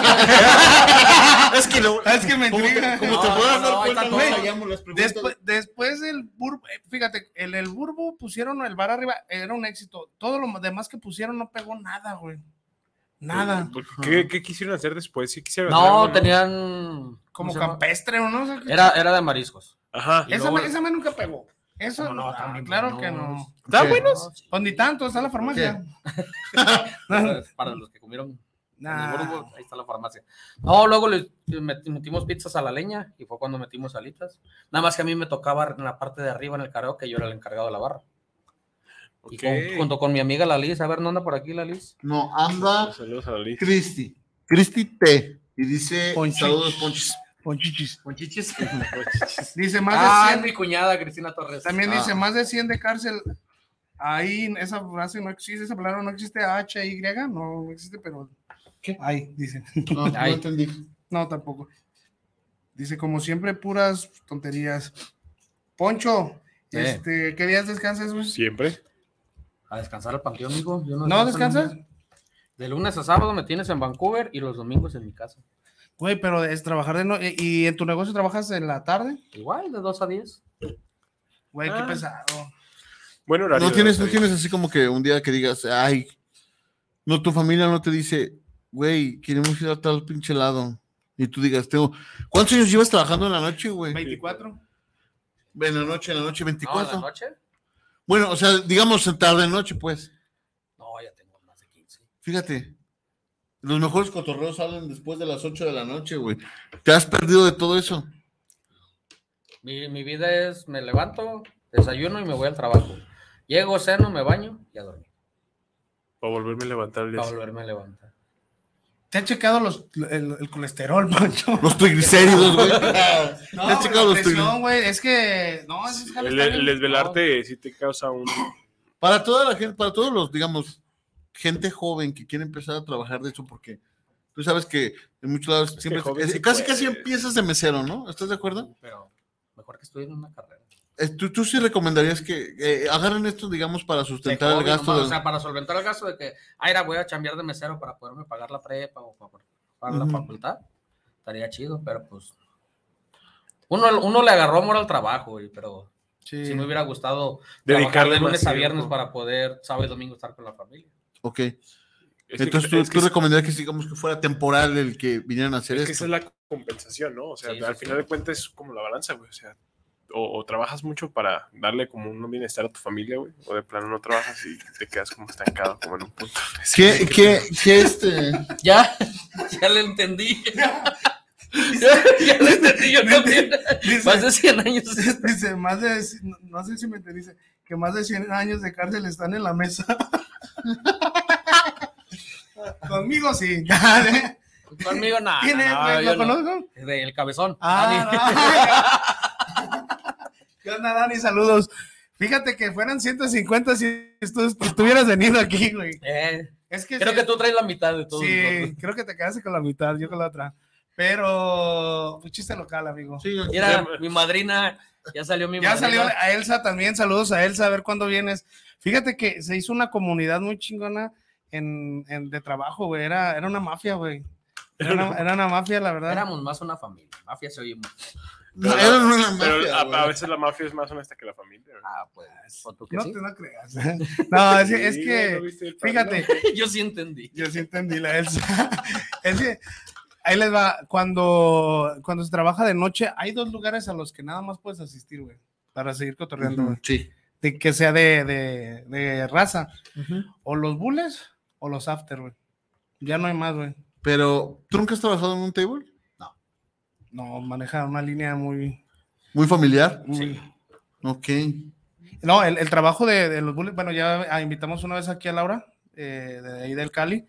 S5: es que lo.
S6: Es que me
S5: como te-
S6: intriga.
S5: Como te
S7: No,
S5: puedas
S7: no,
S5: dar
S7: no,
S5: cuenta,
S7: ahí
S5: no
S7: está todo.
S5: fallamos las preguntas.
S6: Después, después el Burbu, eh, fíjate, el, el Burbu pusieron el bar arriba, era un éxito. Todo lo demás que pusieron no pegó nada, güey. Nada.
S3: Pues, ¿Qué, qué quisieron hacer después? ¿Sí quisieron hacer algo,
S7: No, tenían. ¿cómo
S6: Como
S7: se llama?
S6: campestre o no. O sea, que-
S7: Era, era de mariscos.
S3: Ajá.
S7: y
S6: esa,
S7: Eh, luego-
S6: ma- esa ma nunca pegó. Eso
S7: No, no,
S6: no,
S7: también,
S6: claro
S7: no.
S6: que no.
S3: ¿Están
S5: Sí.
S3: buenos?
S6: Pues ni tanto, está la farmacia.
S7: Para para los que comieron. en el
S6: Nah.
S7: Burgos, ahí está la farmacia. No, luego le le met- metimos pizzas a la leña y fue cuando metimos alitas. Nada más que a mí me tocaba en la parte de arriba en el karaoke, yo era el encargado de la barra. Y con-
S3: Ok.
S7: junto con mi amiga la Liz, a ver, ¿no anda por aquí la Liz?
S5: No, anda
S3: Saludos a la Liz.
S5: Cristi. Cristi T. Y dice:
S6: Ponchis.
S5: Saludos, Ponchis.
S6: Con chichis.
S7: Con chichis.
S6: Dice más
S7: ah,
S6: de
S7: es mi
S6: 100.
S7: cuñada Cristina Torres.
S6: También
S5: Ah.
S6: dice más de 100 de cárcel. Ahí esa frase no existe, esa palabra no existe. H, Y, no no existe, pero. ¿Qué? Ahí, dice.
S5: No, no
S7: Ay.
S5: entendí.
S6: No, tampoco. Dice, como siempre, puras tonterías. Poncho,
S7: Sí.
S6: este, ¿qué días descansas, güey?
S3: Siempre.
S7: A descansar al panteón, amigo. Yo
S6: ¿No
S7: descanso
S6: descansas?
S7: De lunes a sábado me tienes en Vancouver y los domingos en mi casa.
S6: Güey, pero es trabajar de no y- ¿Y en tu negocio trabajas en la tarde?
S7: Igual, de 2 a 10.
S6: Güey, qué
S3: Ah.
S6: pesado.
S3: Bueno, horario.
S5: No tienes, no
S3: horario.
S5: tienes así como que un día que digas, ay, no, tu familia no te dice, güey, queremos ir a tal pinche lado. Y tú digas, tengo, ¿cuántos años llevas trabajando en la noche, güey?
S6: ¿24?
S5: En la noche, en la noche,
S7: No, en
S5: 24.
S7: la noche.
S5: Bueno, o sea, digamos en tarde, noche, pues.
S7: No, ya tengo más de 15.
S5: Fíjate, los mejores cotorreos salen después de las 8 de la noche, güey. Te has perdido de todo eso.
S7: Mi, mi vida es, me levanto, desayuno y me voy al trabajo. Llego, ceno, me baño y a dormir.
S3: Para volverme a levantar el día
S7: Para
S3: siguiente.
S7: volverme a levantar.
S6: ¿Te ha checado los, el, el colesterol, Poncho?
S5: Los triglicéridos, güey.
S6: No,
S5: ¿Te has checado
S6: la
S5: los triglicéridos?
S6: presión, güey, es que... No, es que
S3: El, el desvelarte sí te causa un.
S5: Para toda la gente, para todos los, digamos, gente joven que quiere empezar a trabajar de eso, porque tú sabes que en muchos lados
S3: que
S5: siempre,
S3: joven
S5: eh,
S3: sí
S5: casi casi
S3: puedes.
S5: empiezas de mesero, ¿no? ¿Estás de acuerdo?
S7: Pero mejor que estudien una carrera.
S5: Eh, ¿Tú, tú sí recomendarías que eh, agarren esto, digamos, para sustentar
S7: De
S5: el
S7: hobby
S5: gasto.
S7: nomás,
S5: del-
S7: O sea, para solventar el gasto de que, ay, la voy a chambear de mesero para poderme pagar la prepa o para pagar la
S5: Ujú.
S7: facultad. Estaría chido, pero pues. Uno, uno le agarró amor al trabajo, güey, pero
S6: Sí.
S7: si me hubiera gustado
S3: Dedicarle
S7: trabajar de
S3: más
S7: lunes a
S3: tiempo.
S7: viernes para poder sábado y domingo estar con la familia.
S5: Ok.
S3: Es que-
S5: Entonces tú,
S3: es que
S5: tú recomendarías que, digamos, que fuera temporal el que vinieran a hacer
S3: Es que
S5: esto.
S3: esa es la compensación, ¿no? O sea,
S7: Sí, sí,
S3: al
S7: sí.
S3: final de cuentas es como la balanza, güey. O sea, o, o trabajas mucho para darle como un bienestar a tu familia, güey. O de plano no trabajas y te quedas como estancado, como en un punto.
S5: ¿Qué, qué, qué, este?
S7: Ya, ya le entendí. ya, ya le entendí yo también.
S6: Dice-
S7: Más de 100 años.
S6: Dice, más de, no- no sé si me te dice, que más de 100 años de cárcel están en la mesa. Conmigo sí.
S7: Conmigo nada.
S6: ¿Quién es, güey? ¿Lo conozco?
S7: El cabezón. Dani.
S6: Ah, no. ¿Qué onda, Dani? Saludos. Fíjate que fueran 150 si tú estuvieras venido aquí, güey.
S7: Eh,
S6: Es que
S7: creo
S6: sí,
S7: que tú traes la mitad de todo.
S6: Sí, creo que te quedaste con la mitad, yo con la otra. Pero, un chiste local, amigo.
S5: Sí,
S7: Mira, mi madrina, ya salió mi
S6: Ya
S7: madrina.
S6: salió a Elsa también, saludos a Elsa, a ver cuándo vienes. Fíjate que se hizo una comunidad muy chingona en, en- de trabajo, güey. Era, era una mafia, güey. Era una, era una mafia, la verdad.
S7: Éramos más una familia. Mafia se oye muy.
S5: no, era una mafia,
S3: Pero a, a
S5: güey.
S3: veces la mafia es más honesta que la familia, güey.
S7: Ah, pues. ¿o tú que
S6: no
S7: sí?
S6: te no creas. No,
S5: Ah,
S6: es, que- es
S3: Sí, ¿no
S6: que,
S3: viste el
S6: fíjate,
S7: Yo sí entendí.
S6: yo sí entendí la Elsa. Es que, ahí les va, cuando, cuando se trabaja de noche, hay dos lugares a los que nada más puedes asistir, güey, para seguir cotorreando, güey.
S5: Sí.
S6: de que sea de, de- de raza. O los bulles o los after, güey. Ya no hay más, güey.
S5: Pero, ¿tú nunca has trabajado en un table?
S6: No, maneja una línea muy...
S5: Muy familiar.
S6: muy-
S5: Ok.
S6: No, el, el trabajo de, de los bulles, bueno, ya ah, invitamos una vez aquí a Laura, eh, de ahí del Cali,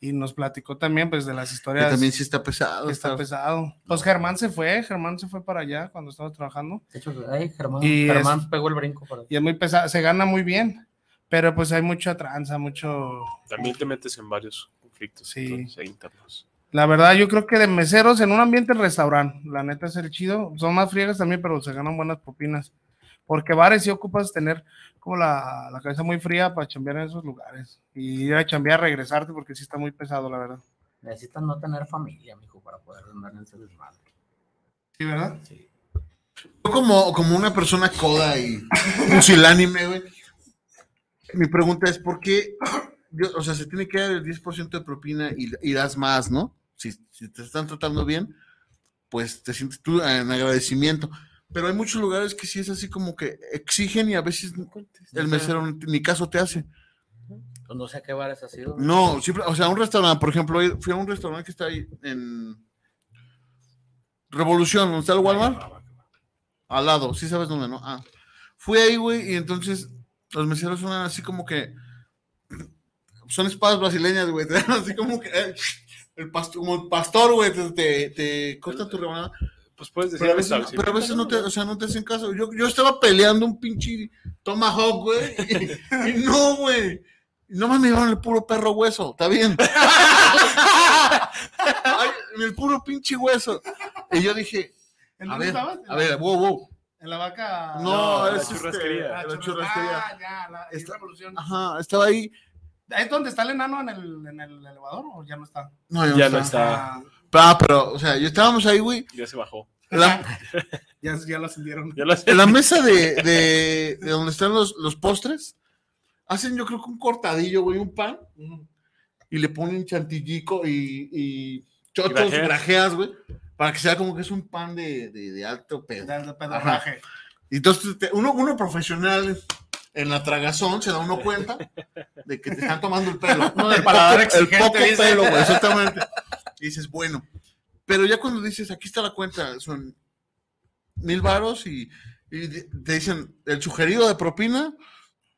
S6: y nos platicó también, pues, de las
S5: Que
S6: historias.
S5: también sí está pesado.
S6: que está
S5: estar-
S6: pesado. Pues Germán se fue, Germán se fue para allá cuando estaba trabajando.
S7: De hecho, ay, Germán,
S6: Y es-
S7: Germán pegó el brinco. Para...
S6: Y es muy pesado, se gana muy bien, pero pues hay mucha tranza, mucho...
S3: También te metes en varios conflictos
S6: Sí.
S3: entonces, ahí pues. internos.
S6: La verdad, yo creo que de meseros en un ambiente restaurante, la neta es el chido. Son más friegas también, pero se ganan buenas propinas. Porque bares sí ocupas tener como la, la cabeza muy fría para chambear en esos lugares. Y ir a chambear, regresarte, porque sí está muy pesado, la verdad.
S7: Necesitas no tener familia, mijo, para poder andar en ese desmadre.
S6: Sí, ¿verdad?
S7: Sí.
S5: Yo como, como una persona coda y pusilánime, güey. Mi pregunta es, ¿por qué? yo- o sea, se tiene que dar el 10% de propina y, y das más, ¿no? Si, si te están tratando bien, pues te sientes tú en agradecimiento. Pero hay muchos lugares que sí es así como que exigen y a veces el mesero ni- ni caso te hace.
S7: Pues no sé a qué bares has sido.
S5: No, siempre, o sea, un restaurante, por ejemplo, hoy fui a un restaurante que está ahí en Revolución, ¿dónde está el Walmart? Al lado, sí sabes dónde, ¿no? Ah. Fui ahí, güey, y entonces los meseros son así como que. Son espadas brasileñas, güey. te dan Así como que. eh, El pasto, como el pastor, güey, te, te, te corta tu rebanada.
S3: Pues puedes decir
S5: Pero a veces, no, pero a veces no, te, o sea, no te hacen caso. Yo, yo estaba peleando un pinche tomahawk, güey. Y, y no, güey. No más me llevaron el puro perro hueso, está bien. Ay, el puro pinche hueso. Y yo dije,
S6: ¿En
S5: a
S6: dónde
S5: ver,
S6: estabas?
S5: a ver, wow, wow.
S6: En la vaca.
S5: No,
S3: la
S5: es este,
S3: churrasquería.
S5: la
S6: churras-
S5: churrasquería.
S6: Ah, ya, la es
S5: Está-
S6: revolución.
S5: Ajá, estaba ahí.
S6: ¿Es donde está el enano en el, en el elevador o ya no está?
S5: No, ya,
S3: Ya
S5: no
S3: no
S5: está.
S3: está.
S6: Ah,
S5: Ah, pero, o sea, yo estábamos ahí, güey.
S3: Ya se bajó.
S5: La,
S6: ya, ya lo ascendieron.
S3: Ya lo
S5: en la mesa de, de- de donde están los, los postres, hacen yo creo que un cortadillo, güey, un pan.
S6: Mm,
S5: y le ponen chantillico y, y chochos,
S3: grajeas.
S5: grajeas, güey, para que sea como que es un pan de, de- de alto pedo.
S6: Del pedorraje.
S5: Y entonces te- uno, uno profesional en la tragazón se da uno cuenta de que te están tomando el pelo.
S6: Uno de
S5: el
S6: paladar
S5: poco, el
S6: exigente,
S5: poco
S6: dice.
S5: pelo, güey, exactamente. Y dices, bueno. Pero ya cuando dices, aquí está la cuenta, son mil varos y, y di- te dicen el sugerido de propina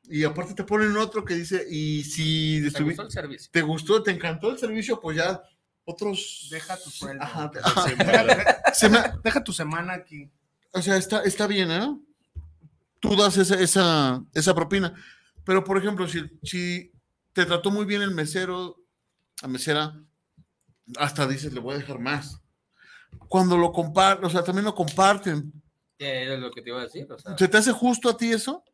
S5: y aparte te ponen otro que dice, y si
S7: ¿Te
S5: estuvi-
S7: gustó el servicio?
S5: te gustó, te encantó el servicio, pues ya otros.
S6: Deja tu sueldo.
S5: Ajá, te-
S6: Deja,
S5: se me-
S6: deja tu semana aquí.
S5: o sea, está, está bien, ¿eh? Tú das esa, esa, esa propina. Pero, por ejemplo, si, si te trató muy bien el mesero, la mesera, hasta dices, le voy a dejar más. Cuando lo comparten, o sea, también lo comparten.
S7: Eh, Es lo que te iba a decir. O sea,
S5: ¿Se te hace justo a ti eso?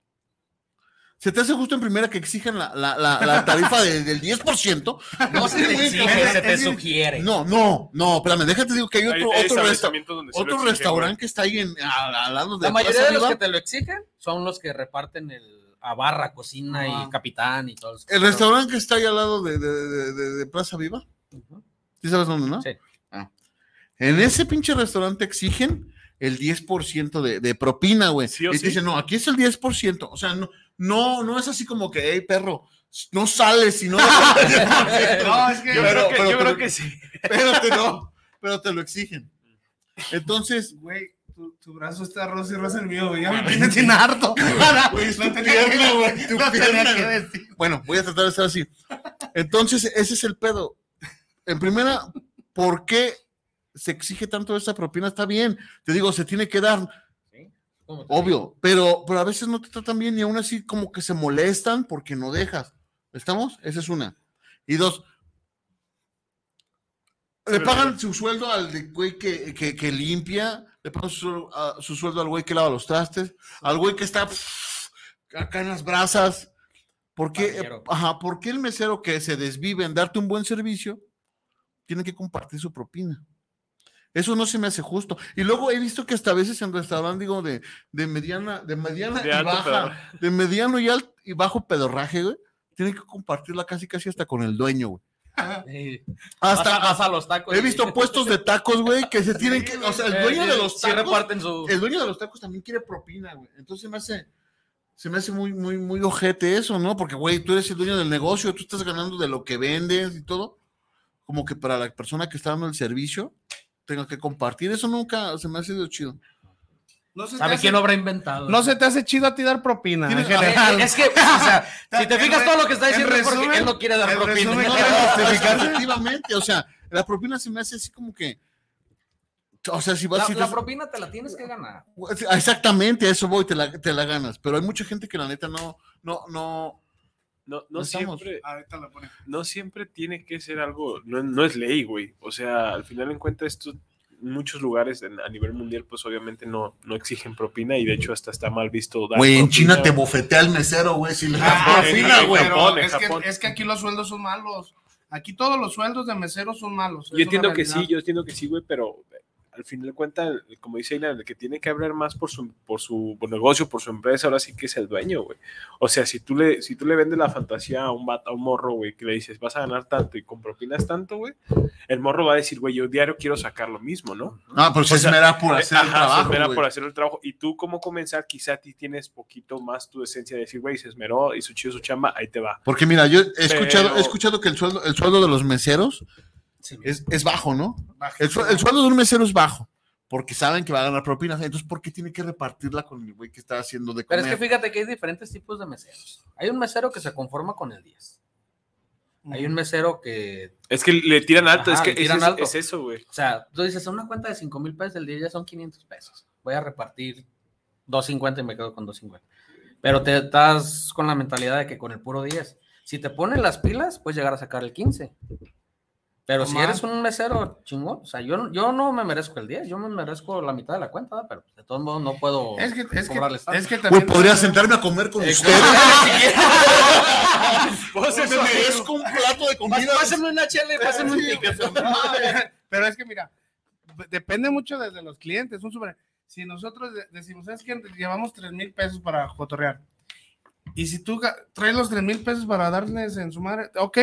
S5: ¿Se te hace justo en primera que exijan la, la- la- la tarifa de- del 10%?
S7: no se te
S5: güey,
S7: exige,
S5: cabrón,
S7: se te
S5: es bien-
S7: sugiere.
S5: No, no, no, espérame, déjate digo que hay
S3: Hay-
S5: otro,
S3: hay
S5: otro, resta-
S3: establecimientos donde sí pues, lo
S5: otro
S3: exigen,
S5: restaurante que está ahí en, al, al lado de
S7: La mayoría
S5: Plaza
S7: de los
S5: Viva.
S7: que te lo exigen son los que reparten el a barra, cocina
S6: Ajá.
S7: y capitán y todo eso.
S5: El restaurante que está ahí al lado de, de- de- de- de Plaza Viva.
S7: Ujú.
S5: ¿Sí sabes dónde, no?
S7: Sí.
S5: Ah. En ese pinche restaurante exigen el 10% de, de propina, güey.
S3: Sí o
S5: y te
S3: sí.
S5: dicen, no, aquí es el 10%. O sea, no, no, no es así como que, hey, perro, no sales si no...
S6: No, es que.
S3: Yo creo
S5: Pero-
S3: que,
S5: pero-
S3: yo
S5: pero-
S3: creo que sí.
S5: Espérate, no, pero te lo exigen. Entonces,
S6: Güey, tu, tu brazo está rosa y rosa el mío, güey. Ya me tienes sin harto. Ahora, lo tenía que-
S5: pierna, güey, tu
S6: lo tenía
S5: pierna,
S6: que
S5: güey.
S6: decir.
S5: Bueno, voy a tratar de estar así. Entonces, ese es el pedo. En primera, ¿por qué se exige tanto esta propina? Está bien. Te digo, se tiene que dar,
S7: ¿Cómo te digo?
S5: obvio, pero, pero a veces no te tratan bien y aún así como que se molestan porque no dejas. ¿Estamos? Esa es una. Y dos, le
S3: Sí,
S5: pagan su sueldo al de güey que, que- que limpia, le pagan su, suel- a- su sueldo al güey que lava los trastes, al güey que está pff, acá en las brasas. ¿Por qué,
S7: Parrillero.
S5: ajá, ¿Por qué el mesero que se desvive en darte un buen servicio tiene que compartir su propina? Eso no se me hace justo. Y luego he visto que hasta a veces en restaurantes, digo, de, de mediana, de mediana
S3: De
S5: y
S3: alto
S5: baja,
S3: pedorraje.
S5: de mediano y alto y bajo pedorraje, güey, tienen que compartirla casi casi hasta con el dueño, güey.
S7: Sí.
S5: Hasta,
S7: Vas a- vas a los tacos.
S5: He
S7: y-
S5: visto puestos de tacos, güey, que se tienen que. O sea, el
S7: Eh,
S5: dueño de
S7: sí,
S5: los
S7: sí
S5: tacos.
S7: reparten su.
S5: El dueño de los tacos también quiere propina, güey. Entonces se me hace. Se me hace muy, muy, muy ojete eso, ¿no? Porque, güey, tú eres el dueño del negocio, tú estás ganando de lo que vendes y todo. Como que para la persona que está dando el servicio, tenga que compartir. Eso nunca se me ha sido chido.
S6: No se te
S7: ¿Sabe
S6: hace-
S7: quién lo habrá inventado?
S6: No se te hace chido a ti dar propina. En
S5: Tienes-
S6: general.
S7: Eh, Es que, o sea, si te
S6: En
S7: fijas
S6: re-
S7: todo lo que está
S6: en
S7: diciendo es porque
S6: resumen-
S7: él no quiere dar
S6: en
S7: propina.
S6: resumen,
S5: No,
S6: ¿quiere justificarse?
S5: efectivamente, o sea, la propina se me hace así como que. O sea, si vas.
S7: La,
S5: si te-
S7: la propina te la tienes que ganar.
S5: Exactamente, a eso voy, te la, te la ganas. Pero hay mucha gente que la neta no, no, no.
S3: No,
S5: No
S3: no,
S5: estamos.
S3: siempre,
S6: Ah, Ahorita lo pone.
S3: no siempre tiene que ser algo. No, no es ley, güey. O sea, al final en cuenta esto muchos lugares en- a nivel mundial, pues obviamente no, no exigen propina y de hecho hasta está mal visto dar
S5: Güey, en China te
S3: propina.
S5: bofetea el mesero, güey, si le das
S6: Ah,
S3: en-
S6: sí,
S5: propina,
S3: en
S5: güey.
S6: pero
S3: Japón, en
S6: es,
S3: Japón.
S6: que, es que aquí los sueldos son malos. Aquí todos los sueldos de meseros son malos.
S3: Yo entiendo que sí, yo entiendo que sí, güey, pero eh, al final de cuentas, el- como dice Ilan, el que tiene que hablar más por su, por su por negocio, por su empresa, ahora sí que es el dueño, güey. O sea, si tú le, si tú le vendes la fantasía a un vato, a un morro, güey, que le dices, vas a ganar tanto y con propinas tanto, güey, el morro va a decir, güey, yo diario quiero sacar lo mismo, ¿no?
S5: No, pero si
S3: O
S5: es
S3: sea, eh,
S5: mera por hacer el
S3: Ajá, se
S5: trabajo,
S3: esmera
S5: güey.
S3: por hacer el trabajo. Y tú, ¿cómo comenzar? Quizá a ti tienes poquito más tu esencia de decir, güey, se esmeró, hizo chido su chamba, ahí te va.
S5: Porque mira, yo he escuchado,
S3: Pero-
S5: he escuchado que el sueldo, el sueldo de los meseros
S7: Sí,
S5: es, es bajo, ¿no? El, su- el sueldo de un mesero es bajo, porque saben que va a ganar propinas. Entonces, ¿por qué tiene que repartirla con el güey que está haciendo de
S7: Pero
S5: comer?
S7: es que fíjate que hay diferentes tipos de meseros. Hay un mesero que se conforma con el 10. Hay un mesero que,
S3: Es que le tiran alto,
S7: Ajá,
S3: es que
S7: le tiran
S3: es,
S7: alto.
S3: es eso, güey.
S7: o sea, tú dices, una cuenta de 5 mil pesos, el 10 ya son 500 pesos. Voy a repartir 250 y me quedo con 250. Pero te estás con la mentalidad de que con el puro 10. Si te ponen las pilas, puedes llegar a sacar el 15. Pero
S6: O
S7: si
S6: más.
S7: eres un mesero chingón, o sea, yo, no- yo no me merezco el 10, yo me merezco la mitad de la cuenta, ¿verdad? pero de todos modos no puedo
S6: Es que, es que,
S7: cobrarles tanto.
S6: es que
S5: Güey,
S6: también.
S5: podría sentarme a comer
S7: Eh,
S5: con ustedes.
S3: Pásame
S5: me merezco un plato de comida.
S7: una chela y pásenme un ticket.
S6: Pero es que, mira, depende mucho desde los clientes. Un sobre... Si nosotros de- decimos, es que llevamos 3 mil pesos para jotorrear. Y si tú ga- traes los 3 mil pesos para darles en su madre, ok.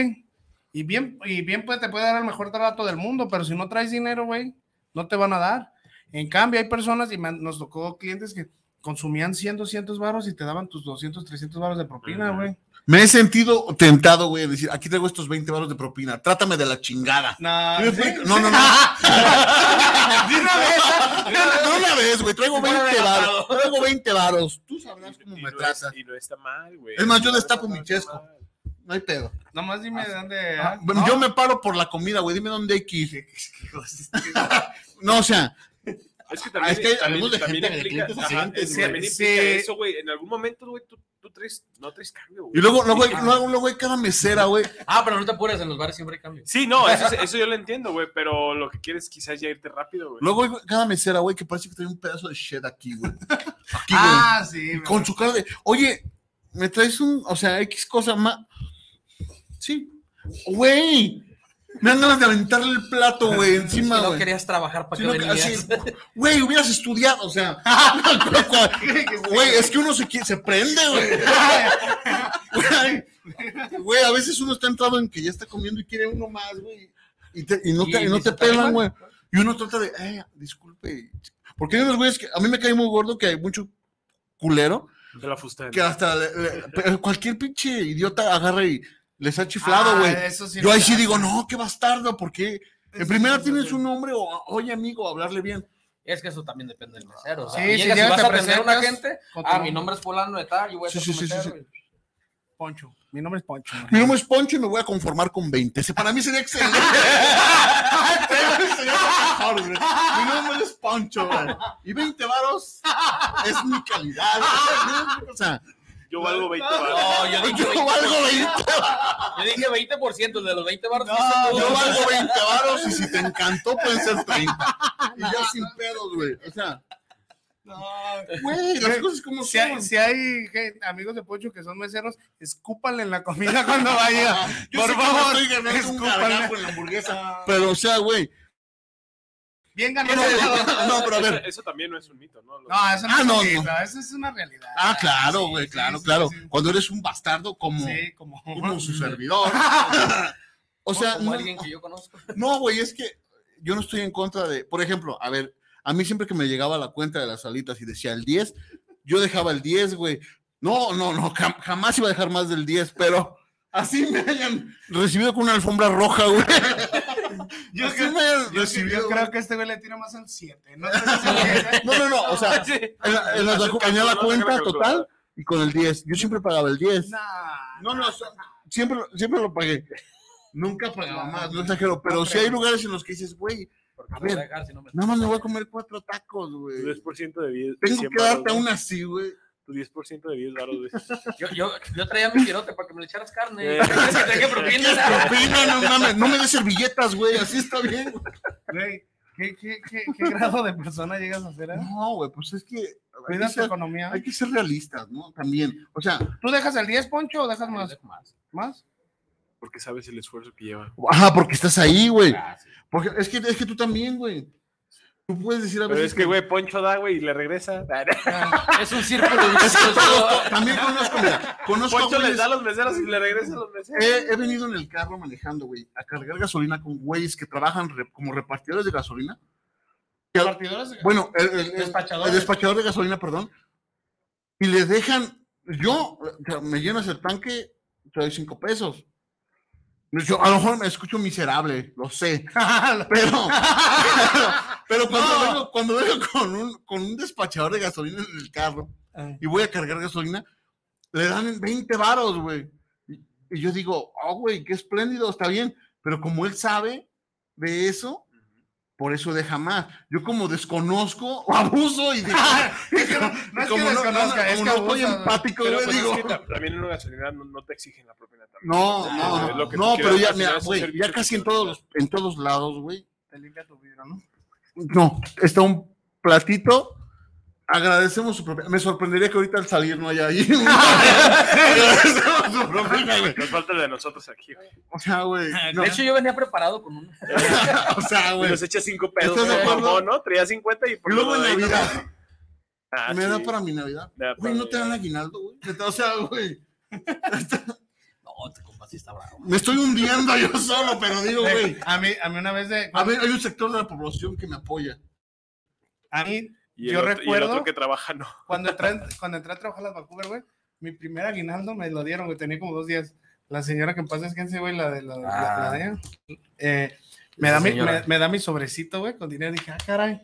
S6: Y bien, y bien pues, te puede dar el mejor trato del mundo, pero si no traes dinero, güey, no te van a dar. En cambio, hay personas, y me han- nos tocó clientes que consumían 100, 200 baros y te daban tus 200, 300 baros de propina,
S3: Ujú.
S6: güey.
S5: Me he sentido tentado, güey, a decir, aquí traigo estos 20 baros de propina, trátame de la chingada.
S6: No,
S5: ¿Sí me explico? No, no, no. De una vez, no, no, una vez, güey, traigo 20 varos, traigo 20 varos. Tú sabrás cómo
S3: Y no
S5: me
S3: es-
S5: tratas.
S3: Y no está mal, güey.
S5: Es más, yo
S3: No
S5: destapo
S3: está
S5: mi
S3: mal.
S5: chesco. No hay pedo.
S6: Nomás dime de dónde.
S5: Ah,
S6: ah,
S5: bueno,
S6: no.
S5: Yo me paro por la comida, güey, dime dónde hay que ir. No, o sea,
S3: Es que
S5: Ah,
S3: también,
S5: es que hablemos de
S3: también
S5: gente que
S3: implica,
S5: tiene
S3: ajá,
S5: antecedentes,
S3: sí, también
S6: güey.
S3: implica
S6: Sí.
S3: eso, güey. En algún momento, güey, tú, tú traes, no traes cambio, güey.
S5: y luego, luego, hay-
S3: Sí,
S5: luego, luego hay cada mesera, güey.
S7: Ah, pero no te apures, en los bares siempre hay cambio.
S3: Sí, no, eso, es- eso yo lo entiendo, güey, pero lo que quieres quizás ya irte rápido, güey.
S5: Luego hay cada mesera, güey, que parece que trae un pedazo de shit aquí, güey. Aquí, güey.
S6: Ah, sí.
S5: Y
S6: me-
S5: con su cara de, oye, me traes un, o sea, X cosa más. Sí. Güey. Me dan ganas de aventarle el plato, güey, encima,
S7: Si no
S5: güey.
S7: querías trabajar, ¿para
S5: Si
S7: qué
S5: no,
S7: venías?
S5: así, Güey, hubieras estudiado, o sea. ah, Güey, es que uno se, qui- se prende, güey. Güey, Güey, a veces uno está entrado en que ya está comiendo y quiere uno más, güey. Y, te- y no te,
S7: Y
S5: y no te
S7: dice,
S5: pelan,
S7: "Tal
S5: güey.
S7: cual".
S5: Y uno trata de, eh, disculpe. Porque hay unos güeyes que a mí me cae muy gordo que hay mucho culero
S3: De la fusta.
S5: que hasta le- le- pero cualquier pinche idiota agarra y les ha chiflado, güey.
S6: Ah, eso sí
S5: Yo
S6: no
S5: ahí
S6: te
S5: sí
S6: hace.
S5: digo, no, qué bastardo, porque en
S6: Eso
S5: primera
S6: sí,
S5: tienes
S6: sí.
S5: un nombre o oye amigo, hablarle bien.
S7: Es que eso también depende del mesero.
S6: Sí,
S7: Sí,
S6: si
S7: si llegas y
S6: llegas,
S7: vas
S6: te
S7: a atender a una
S6: presentas
S7: gente,
S6: con tu
S7: ah,
S6: nombre.
S7: mi nombre es fulano de tal, yo voy a
S5: Sí,
S7: ser
S5: sí,
S7: tu
S5: sí, sí,
S7: mesero, güey.
S6: Poncho. Mi nombre es Poncho.
S5: Mi nombre es Poncho y me voy a conformar con 20. Ese para mí sería excelente. Sería lo mejor, güey. Mi nombre es Poncho. güey. Y 20 varos es mi calidad. güey. O sea,
S3: Yo valgo 20 baros.
S7: No, yo dije,
S5: yo valgo 20
S7: yo dije 20%, el de los 20 baros.
S5: No, yo valgo 20 varos y si te encantó pueden ser 30. Y ya sin pedos, güey. O sea, güey, las cosas como
S6: Si
S5: son.
S6: hay, si hay gente- amigos de Poncho que son meseros, escúpale en la comida cuando vaya.
S5: Yo
S6: Por
S5: sé que me
S6: favor,
S5: estoy ganando un
S6: escúpale.
S5: gargajo en Ah, la hamburguesa. Pero, o sea, güey.
S6: Bien
S5: No,
S6: ganado.
S5: no, pero a
S3: Eso,
S5: ver.
S3: eso también no es un mito, ¿no? Lo-
S6: No, eso no,
S5: Ah,
S6: es
S5: no,
S6: bonito, eso es una realidad.
S5: Ah, claro, güey,
S6: sí,
S5: claro,
S6: sí,
S5: claro.
S6: sí.
S5: Cuando eres un bastardo como,
S6: Sí, como.
S5: como su servidor. O sea,
S7: como
S5: no,
S7: alguien que yo conozco.
S5: no, güey, es que yo no estoy en contra de. Por ejemplo, a ver, a mí siempre que me llegaba la cuenta de las salitas y decía el 10, yo dejaba el 10, güey. No, no, no, jam- jamás iba a dejar más del 10, pero así me hayan recibido con una alfombra roja, güey.
S6: Yo,
S5: Así
S6: creo,
S5: me hayan
S6: yo-
S5: recibido,
S6: yo
S5: güey.
S6: creo que este güey le tira más al 7. No ¿eh? sé si es el siete.
S5: No, no, no, o sea,
S3: Sí.
S5: en la, en la-
S3: Hacer
S5: tenía la
S3: cálculo,
S5: cuenta
S3: hacer calculadora.
S5: total y con el 10. Yo siempre pagaba el 10.
S6: Nah,
S5: No, no, o sea, siempre, siempre lo pagué. Nunca pagaba más, no exagero, pero
S6: No,
S5: si hay
S6: pero-
S5: lugares en los que dices, güey,
S7: Porque
S5: A
S7: me voy
S5: ver,
S7: dejar, si no me-
S5: nada más me voy a comer cuatro tacos, güey.
S3: 10% de 10.
S5: Tengo
S3: 100
S5: que darte
S3: varos,
S5: aún así, güey.
S3: Tu 10% de 10 baros, güey.
S7: Yo, yo, yo traía mi tirote para que me le echaras carne.
S3: Eh.
S7: ¿Quieres que te deje
S5: ¿Qué es
S7: propina?
S5: propina? No mames, no me des servilletas, güey, así está bien. güey.
S6: güey. ¿Qué, qué, qué, qué grado de persona llegas a ser? eh?
S5: No, güey, pues es que hay que,
S6: Cuidas tu
S5: ser,
S6: economía.
S5: hay que ser realistas, ¿no? También. O sea,
S6: ¿Tú dejas el 10, Poncho, o dejas más?
S7: Más.
S6: ¿Más?
S3: Porque sabes el esfuerzo que lleva.
S5: ajá, porque estás ahí, güey.
S7: Ah, sí.
S5: Porque es que, es que tú también, güey. Tú puedes decir a
S3: Pero
S5: veces.
S3: es que, güey, Poncho da, güey, y le regresa.
S7: Es un círculo vicioso.
S5: Todos- también conozco, mira, conozco a
S3: Poncho les
S5: güeyes-
S3: da a los meseros y le regresa a los meseros.
S5: He, he venido en el carro manejando, güey, a cargar gasolina con güeyes que trabajan re- como repartidores de gasolina. Que al-
S6: ¿Partidores?
S5: Bueno, el, el- el-
S6: Despachadores.
S5: el despachador de gasolina, perdón. Y les dejan, yo, o sea, me llenas el tanque, te doy cinco pesos. Pues Yo, a lo mejor me escucho miserable, lo sé. Pero, pero cuando, vengo, cuando vengo con un, con un despachador de gasolina en el carro
S6: Ah.
S5: y voy a cargar gasolina, le dan 20 varos, güey. Y, y yo digo, oh, güey, qué espléndido, está bien. Pero como él sabe de eso, por eso deja más. Yo como desconozco o abuso y digo,
S6: no Ah, es que
S5: como no, no, no,
S6: desconozca, es
S5: como
S6: que
S5: no soy
S6: abusa.
S5: empático,
S3: Pero
S5: güey,
S3: pues,
S5: digo.
S3: es que ta- también en una gasolinera no, no te exigen la propia nata.
S5: No, no,
S3: Ah,
S5: no,
S3: es lo que
S5: no,
S3: tú
S5: pero
S3: quieras,
S5: ya,
S3: al final
S5: mira,
S3: es un
S5: güey,
S3: servicio
S5: ya casi
S3: que
S5: en
S3: tú
S5: todos
S3: das.
S5: los, en todos lados, güey.
S6: Te limpia tu vidrio, ¿no?
S5: No, está un platito. Agradecemos su propia. Me sorprendería que ahorita al salir no haya ahí. Agradecemos su propina, güey.
S3: Nos falta el de nosotros aquí, güey.
S5: O sea, güey.
S3: Ah,
S5: no,
S7: De hecho, yo venía preparado con un.
S5: o sea,
S3: Y
S5: Ah, güey.
S3: nos echa cinco pesos.
S5: ¿Estás de
S3: güey,
S5: acuerdo?
S3: mamón, ¿no? Traía 50 y
S5: Y
S3: por
S5: luego en
S3: lo de ahí no-
S5: Navidad.
S3: Ah,
S5: Me da
S3: sí.
S5: para mi Navidad.
S3: Me da
S5: Güey,
S3: para
S5: no te dan
S3: Navidad.
S5: aguinaldo, güey. O sea, güey.
S7: No, tu compa sí está bravo.
S5: Me estoy hundiendo yo solo, pero digo, güey.
S6: A mí, a mí una vez de...
S3: Ah.
S5: A ver, hay un sector de la población que me apoya.
S6: A mí,
S3: Y el
S6: Yo
S3: otro- Y el
S6: recuerdo-
S3: otro que trabaja, no.
S6: cuando entré, cuando entré a trabajar a Vancouver, güey, mi primer aguinaldo me lo dieron, güey, tenía como dos días. La señora que en paz descanse, güey, la de la, la- la de ella, eh, me,
S7: Ah. Esa
S6: da mi,
S7: señora.
S6: me, me da mi sobrecito, güey, con dinero. Dije, ah, caray,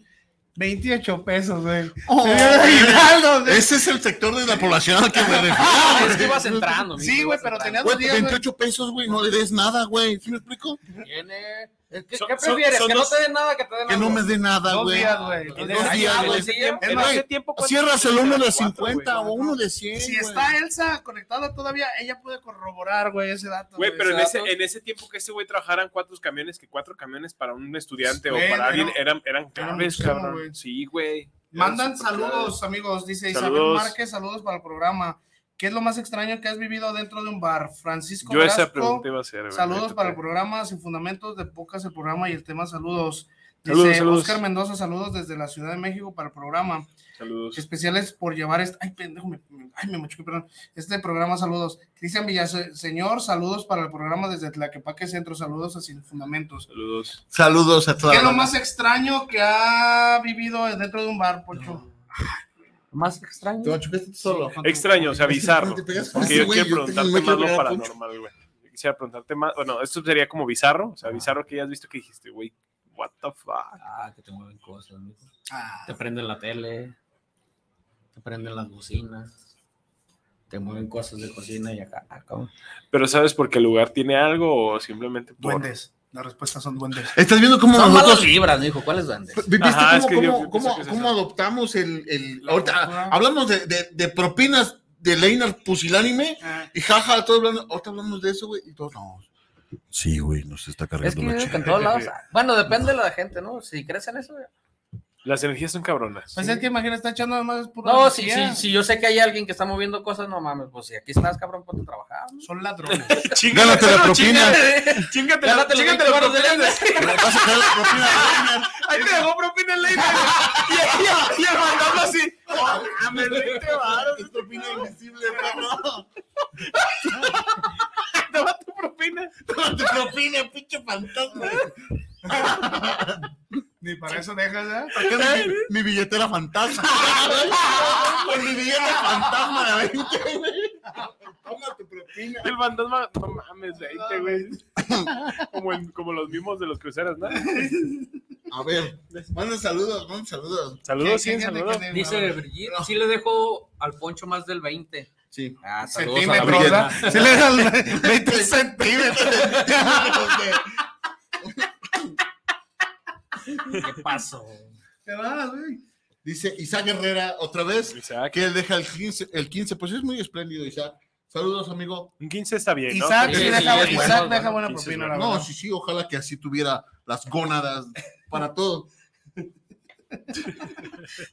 S6: 28 pesos, güey.
S5: Oh,
S6: Me dio el aguinaldo, güey.
S5: ese es el sector de la población al que me refiero.
S7: Ah, es
S5: güey.
S7: que ibas entrando.
S6: Sí,
S7: mijo,
S6: güey,
S7: ibas
S6: pero
S7: entrando.
S5: Güey, 28 pesos, güey, no le des nada, güey. ¿Sí me explico?
S7: Tiene- Eh, ¿Qué,
S3: Son-
S7: qué
S3: son-
S7: prefieres?
S3: son
S7: ¿Que
S3: dos-
S7: no te den nada? ¿Que te den
S5: Que no
S7: algo?
S5: me dé
S3: Ah,
S5: nada,
S6: Dos
S5: güey.
S6: días, güey.
S7: Dos
S6: Dos
S5: días,
S6: días,
S5: güey.
S6: güey.
S7: Sí,
S6: Es
S3: En
S6: más,
S3: ese tiempo, ¿cuánto?
S5: Cierras el uno de
S3: Cuatro,
S5: 50
S3: güey.
S5: o uno de 100.
S6: Si está Elsa conectada todavía, ella puede corroborar, güey, ese dato.
S3: Güey, pero en
S6: ese
S3: ese, en ese tiempo que ese güey trabajaran cuatro camiones, que cuatro camiones para un estudiante
S6: Güey,
S3: o para
S6: pero-
S3: alguien eran, eran claves,
S6: muchísimo,
S3: cabrón.
S6: güey.
S3: Sí, güey. Eran
S6: Mandan
S3: súper
S6: saludos,
S3: claves.
S6: amigos. Dice Isabel
S3: pues, Saludos.
S6: Márquez, saludos para el programa. ¿Qué es lo más extraño que has vivido dentro de un bar? Francisco
S3: Yo esa
S6: Velasco,
S3: pregunta iba a hacer, güey.
S6: saludos
S3: Ahorita
S6: para el
S3: te-
S6: programa, sin fundamentos de pocas el programa y el tema saludos. Dice
S3: Saludos, saludos.
S6: Oscar Mendoza, saludos desde la Ciudad de México para el programa.
S3: Saludos.
S6: Especiales por llevar este. Ay, pendejo, me, me- ay, me machuqué, perdón. Este programa, saludos. Cristian Villaseñor, saludos para el programa desde Tlaquepaque Centro, saludos a Sin Fundamentos.
S3: Saludos.
S5: Saludos a toda
S6: ¿Qué es lo
S5: la-
S6: más extraño que ha vivido dentro de un bar, Pocho?
S7: Más extraño.
S5: Te machucaste tú solo.
S3: Extraño, o sea, bizarro.
S5: Te pegas con
S3: Porque
S5: ese
S3: yo
S5: güey,
S3: quiero
S5: yo
S3: preguntarte
S5: tengo- me
S3: más
S5: quiero
S3: lo
S5: pegar a Poncho.
S3: paranormal, güey. Quisiera preguntarte más. Bueno, esto sería como bizarro. O sea, bizarro que ya has visto que dijiste, güey, what the fuck.
S7: Ah, que te mueven cosas. mijo.
S6: Ah,
S7: Te prenden la tele. Te prenden las bocinas. Te mueven cosas de cocina y acá. ah, cabrón.
S3: Pero ¿sabes por qué el lugar tiene algo o simplemente por.
S6: Duendes. Las respuestas son duendes.
S5: Estás viendo cómo
S7: Son malas
S5: nosotros.
S7: vibras, dijo. ¿Cuáles duendes?
S5: ¿Viste
S3: Ajá,
S5: cómo,
S3: es que yo-
S5: cómo-
S3: yo
S5: cómo-
S3: pienso que es
S5: cómo
S3: eso.
S5: adoptamos el. el-
S6: La
S5: ahorita,
S6: cultura.
S5: hablamos de, de- de propinas de Leinar pusilánime
S6: Ah,
S5: y jaja, todos hablando. Ahorita hablamos de eso, güey. Y todos, no. Sí, güey, nos está
S7: Es que yo digo que en todos lados. Bueno, depende de la gente, ¿no? Si crees en eso.
S3: Las energías son cabronas.
S6: Pues es que imagina, está echando nada más pura
S7: No, si,
S6: energía.
S7: si, si yo sé que hay alguien que está moviendo cosas, no mames. Pues si aquí estás, cabrón, ponte a trabajar. ¿no?
S6: Son ladrones.
S5: Gánate la propina.
S3: Chingate,
S7: Gánate los 20 varos de lana.
S5: Vas a sacar la propina de Leinar.
S3: Ahí te dejó propina el Leinar. Y el- Y el mandado así. "Oh, mames, 20 varos.
S5: Es propina invisible, cabrón.
S3: Te va tu propina.
S5: Tu propina, pinche fantasma.
S6: Ni para eso dejas, ¿verdad?
S5: ¿Qué es mi, mi billetera fantasma. Con mi billetera fantasma de 20, güey. Toma tu propina.
S3: Y el fantasma, no mames, 20, güey. Como, en- como los mismos de los cruceros, ¿no?
S5: A ver, manden saludos, manden saludos.
S3: Saludos, sí,
S6: Fíjate
S3: saludos.
S6: que de-
S7: Dice Brigitte, sí le dejo al poncho más del 20.
S5: Sí.
S7: Ah, saludos a la
S6: Centímetros,
S7: Brigitte.
S6: ¿verdad? Si le das 20 centímetros.
S7: ¿Qué pasó?
S6: Te vas, güey.
S5: Dice Isaac Herrera otra vez
S3: Isaac.
S5: que él deja el 15, el 15. Pues es muy espléndido, Isaac. Saludos, amigo.
S3: Un 15 está bien, ¿no?
S6: Isaac,
S7: Sí,
S6: sí
S7: sí,
S6: deja,
S7: es bueno,
S6: Isaac
S7: bueno,
S6: deja buena
S3: sí, sí,
S6: propina,
S3: es
S6: la
S5: No,
S6: verdad.
S5: sí, sí, ojalá que así tuviera las gónadas para todo.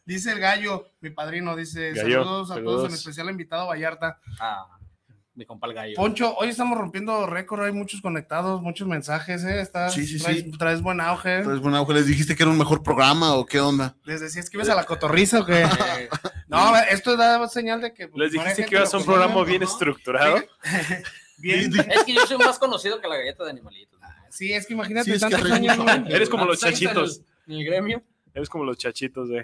S6: Dice el gallo, mi padrino, dice,
S3: Gallo,
S6: saludos a todos,
S3: saludos.
S6: en especial invitado Vallarta.
S7: Ah, mi compa el gallo.
S6: Poncho, hoy estamos rompiendo récord, hay muchos conectados, muchos mensajes, ¿eh? Estás,
S5: Sí, sí,
S6: traes,
S5: sí.
S6: traes buen auge.
S5: Entonces, bueno, Ángel, ¿les dijiste que era un mejor programa o qué onda?
S6: ¿Les decías que ibas a la cotorriza o qué? no, esto da señal de que...
S3: Les
S6: no hay
S3: dijiste
S6: gente
S3: que ibas a
S6: lo
S3: un programa
S6: consume,
S3: bien
S6: ¿no?
S3: estructurado.
S6: Bien.
S7: Es que yo soy más conocido que la galleta de animalitos.
S6: Sí, es que imagínate
S5: Sí, es que
S6: tantos
S5: traes
S6: años,
S5: mucho-
S6: güey.
S3: Eres como los
S7: ¿Sabes
S3: chachitos.
S7: En el, en el gremio.
S3: Eres como los chachitos, güey.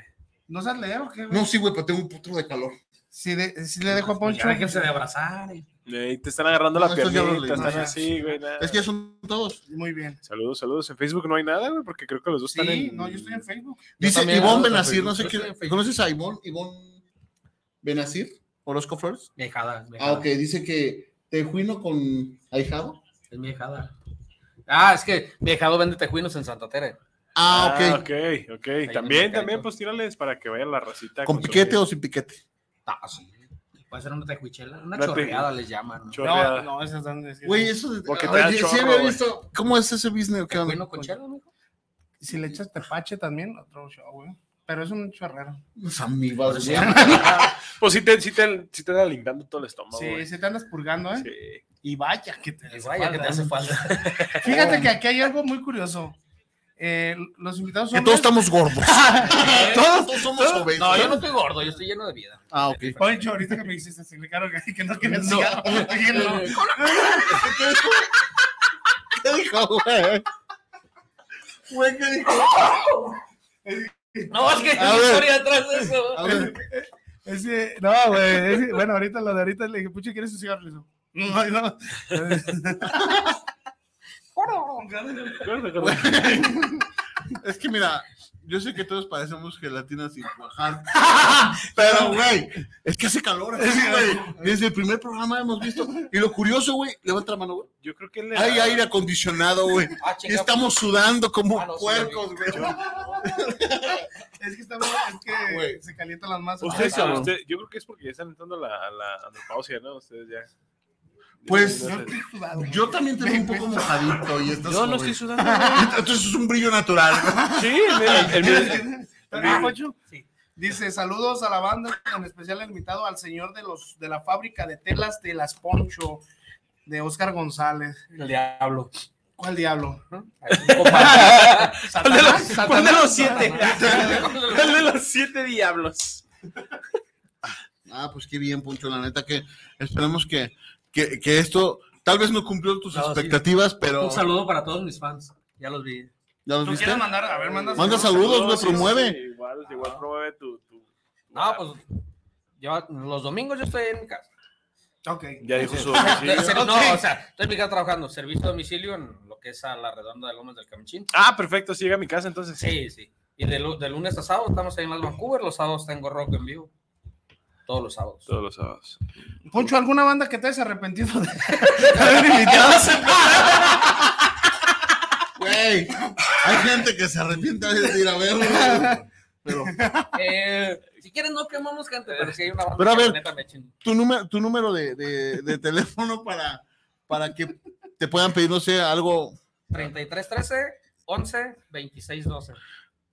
S6: ¿No sabes leer o qué? güey?
S5: No, sí, güey, pero tengo un putro de calor.
S6: Si, de- si le dejo a Poncho...
S7: de abrazar.
S3: Ey, te están agarrando
S5: No,
S3: la
S5: estos ya los leí.
S3: piernita,
S5: No,
S3: están
S6: ya.
S3: así, güey. nada.
S5: Es que ya son todos.
S6: pues, Muy bien.
S3: Saludos, saludos. En Facebook no hay nada, güey, porque creo que los dos
S6: Sí,
S3: están en.
S6: no, yo estoy en Facebook.
S5: Dice
S7: también,
S5: Ivonne
S7: ¿no?
S5: Benazir, no sé
S7: Yo estoy
S5: quién.
S7: en Facebook.
S5: ¿Conoces a Ivonne? Ivonne Benazir, Orozco Flores.
S7: Mi hijada. mi
S5: Ah,
S7: hijada.
S5: ok, dice que Tejuino con Ahijado.
S7: Es mi hijada. Ah, es que mi hijado vende tejuinos en Santa Tere.
S5: Ah,
S3: Ah,
S5: ok.
S3: ok, ok.
S7: el
S3: También,
S7: mercadito.
S3: también, pues tírales para que vaya la racita.
S5: ¿Con
S3: consumir.
S5: piquete o sin piquete?
S7: Ah, sí. Puede ser una tejuichela. Una
S3: Una te-
S7: chorreada les llaman. ¿no?
S3: Chorreada.
S6: No, no, esas dan... es que-
S5: Güey, eso de.
S3: Porque te
S5: Oye,
S3: da
S5: sí
S3: chorro,
S5: había
S3: güey.
S5: visto. ¿Cómo es ese business? ¿Qué onda?
S7: ¿Tejuino con chela, mijo?
S6: Si le echas tepache también, otro show, güey. Pero es un chorrero.
S5: Unos amibas,
S7: Pues
S5: güey.
S3: Ah, pues sí te, sí, te, sí te da alentando todo el estómago.
S6: Sí,
S3: güey.
S6: si te andas purgando, ¿eh?
S3: Sí.
S6: Y vaya que te,
S7: Y
S6: hace
S7: Vaya, que te
S6: falta,
S7: hace
S6: ¿eh?
S7: falta.
S6: Fíjate que aquí hay algo muy curioso. Eh, los invitados
S5: Que
S6: son.
S5: todos estamos gordos. todos, todos somos obesos.
S7: No, yo no estoy gordo, yo estoy lleno de vida.
S5: Ah, ok.
S6: Poncho, ahorita que me hiciste así, le claro que, que no quieres
S5: No.
S6: cigarro. que no.
S5: ¿Qué dijo, güey? Güey, ¿qué dijo?
S7: No, es que hay
S5: A
S7: una
S5: ver.
S7: historia atrás de eso.
S5: A ver,
S6: Ese- no, güey. ese- Bueno, ahorita lo de ahorita le dije, Pucho, ¿quieres un cigarro? Le dijo, No, no.
S3: Gordo, gordo.
S5: es que mira, yo sé que todos padecemos gelatina sin cuajar. Pero, güey, es que hace calor aquí, güey. Desde el primer programa hemos visto. Y lo curioso, güey, levanta la mano, güey.
S3: Yo creo que le.
S5: Hay aire acondicionado, güey.
S7: Ah, chinga,
S5: Estamos sudando como
S7: Ah, no, sí,
S5: puercos, güey.
S6: Es que estamos. Es que
S5: Güey.
S6: se calientan las masas.
S3: Ustedes,
S7: Ah,
S3: usted- yo creo que es porque ya están entrando a la, a la andropausia, ¿no? Ustedes ya.
S5: Pues,
S6: Yo estoy sudado.
S5: Yo también te veo un poco mojadito y estás.
S7: Yo no
S5: joven.
S7: estoy sudando.
S5: Entonces es un brillo natural. güey.
S3: Sí, el, el, el-
S6: ¿Verdad, Poncho?
S7: Sí.
S6: Dice, saludos a la banda, en especial al invitado al señor de los de la fábrica de telas de las Poncho, de Oscar González.
S7: El diablo.
S6: ¿Cuál diablo?
S7: ¿Cuál
S6: de los- cuál de los siete?
S7: ¿Cuál de los siete diablos?
S5: Ah, pues qué bien, Poncho, la neta que esperemos que, que, que esto tal vez no cumplió tus
S7: No, sí.
S5: expectativas, pero
S7: Un saludo para todos mis fans. Ya los vi.
S5: ya los
S6: ¿Tú
S5: viste.
S6: quieres mandar? A ver, manda.
S5: Manda saludos, güey, promueve.
S3: sí, igual, igual promueve tu. tu-
S7: Ah. No, pues yo, los domingos yo estoy en mi casa.
S6: Ok.
S3: Ya dijo su
S7: De-
S3: domicilio.
S7: ser-
S6: ok.
S7: No, o sea, estoy en mi casa trabajando. Servicio a domicilio en lo que es a la redonda de Lomas del Camichín.
S3: Ah, perfecto, sí llega a mi casa entonces.
S7: Sí, sí. Y de, lu- de lunes a sábado estamos ahí en las Vancouver. Los sábados tengo rock en vivo. Todos los sábados.
S3: Todos los sábados.
S6: Poncho, ¿alguna banda que te hayas arrepentido de de haber invitado?
S5: Güey, hay gente que se arrepiente de ir a verlo. güey. Pero
S7: Eh, si quieren, no quemamos gente, pero si hay una banda
S5: Pero a
S7: que
S5: ver.
S7: la neta me chinga.
S5: tu número, tu número de, de, de teléfono para, para que te puedan pedir, no sé, algo
S7: 33 13 11 26 12.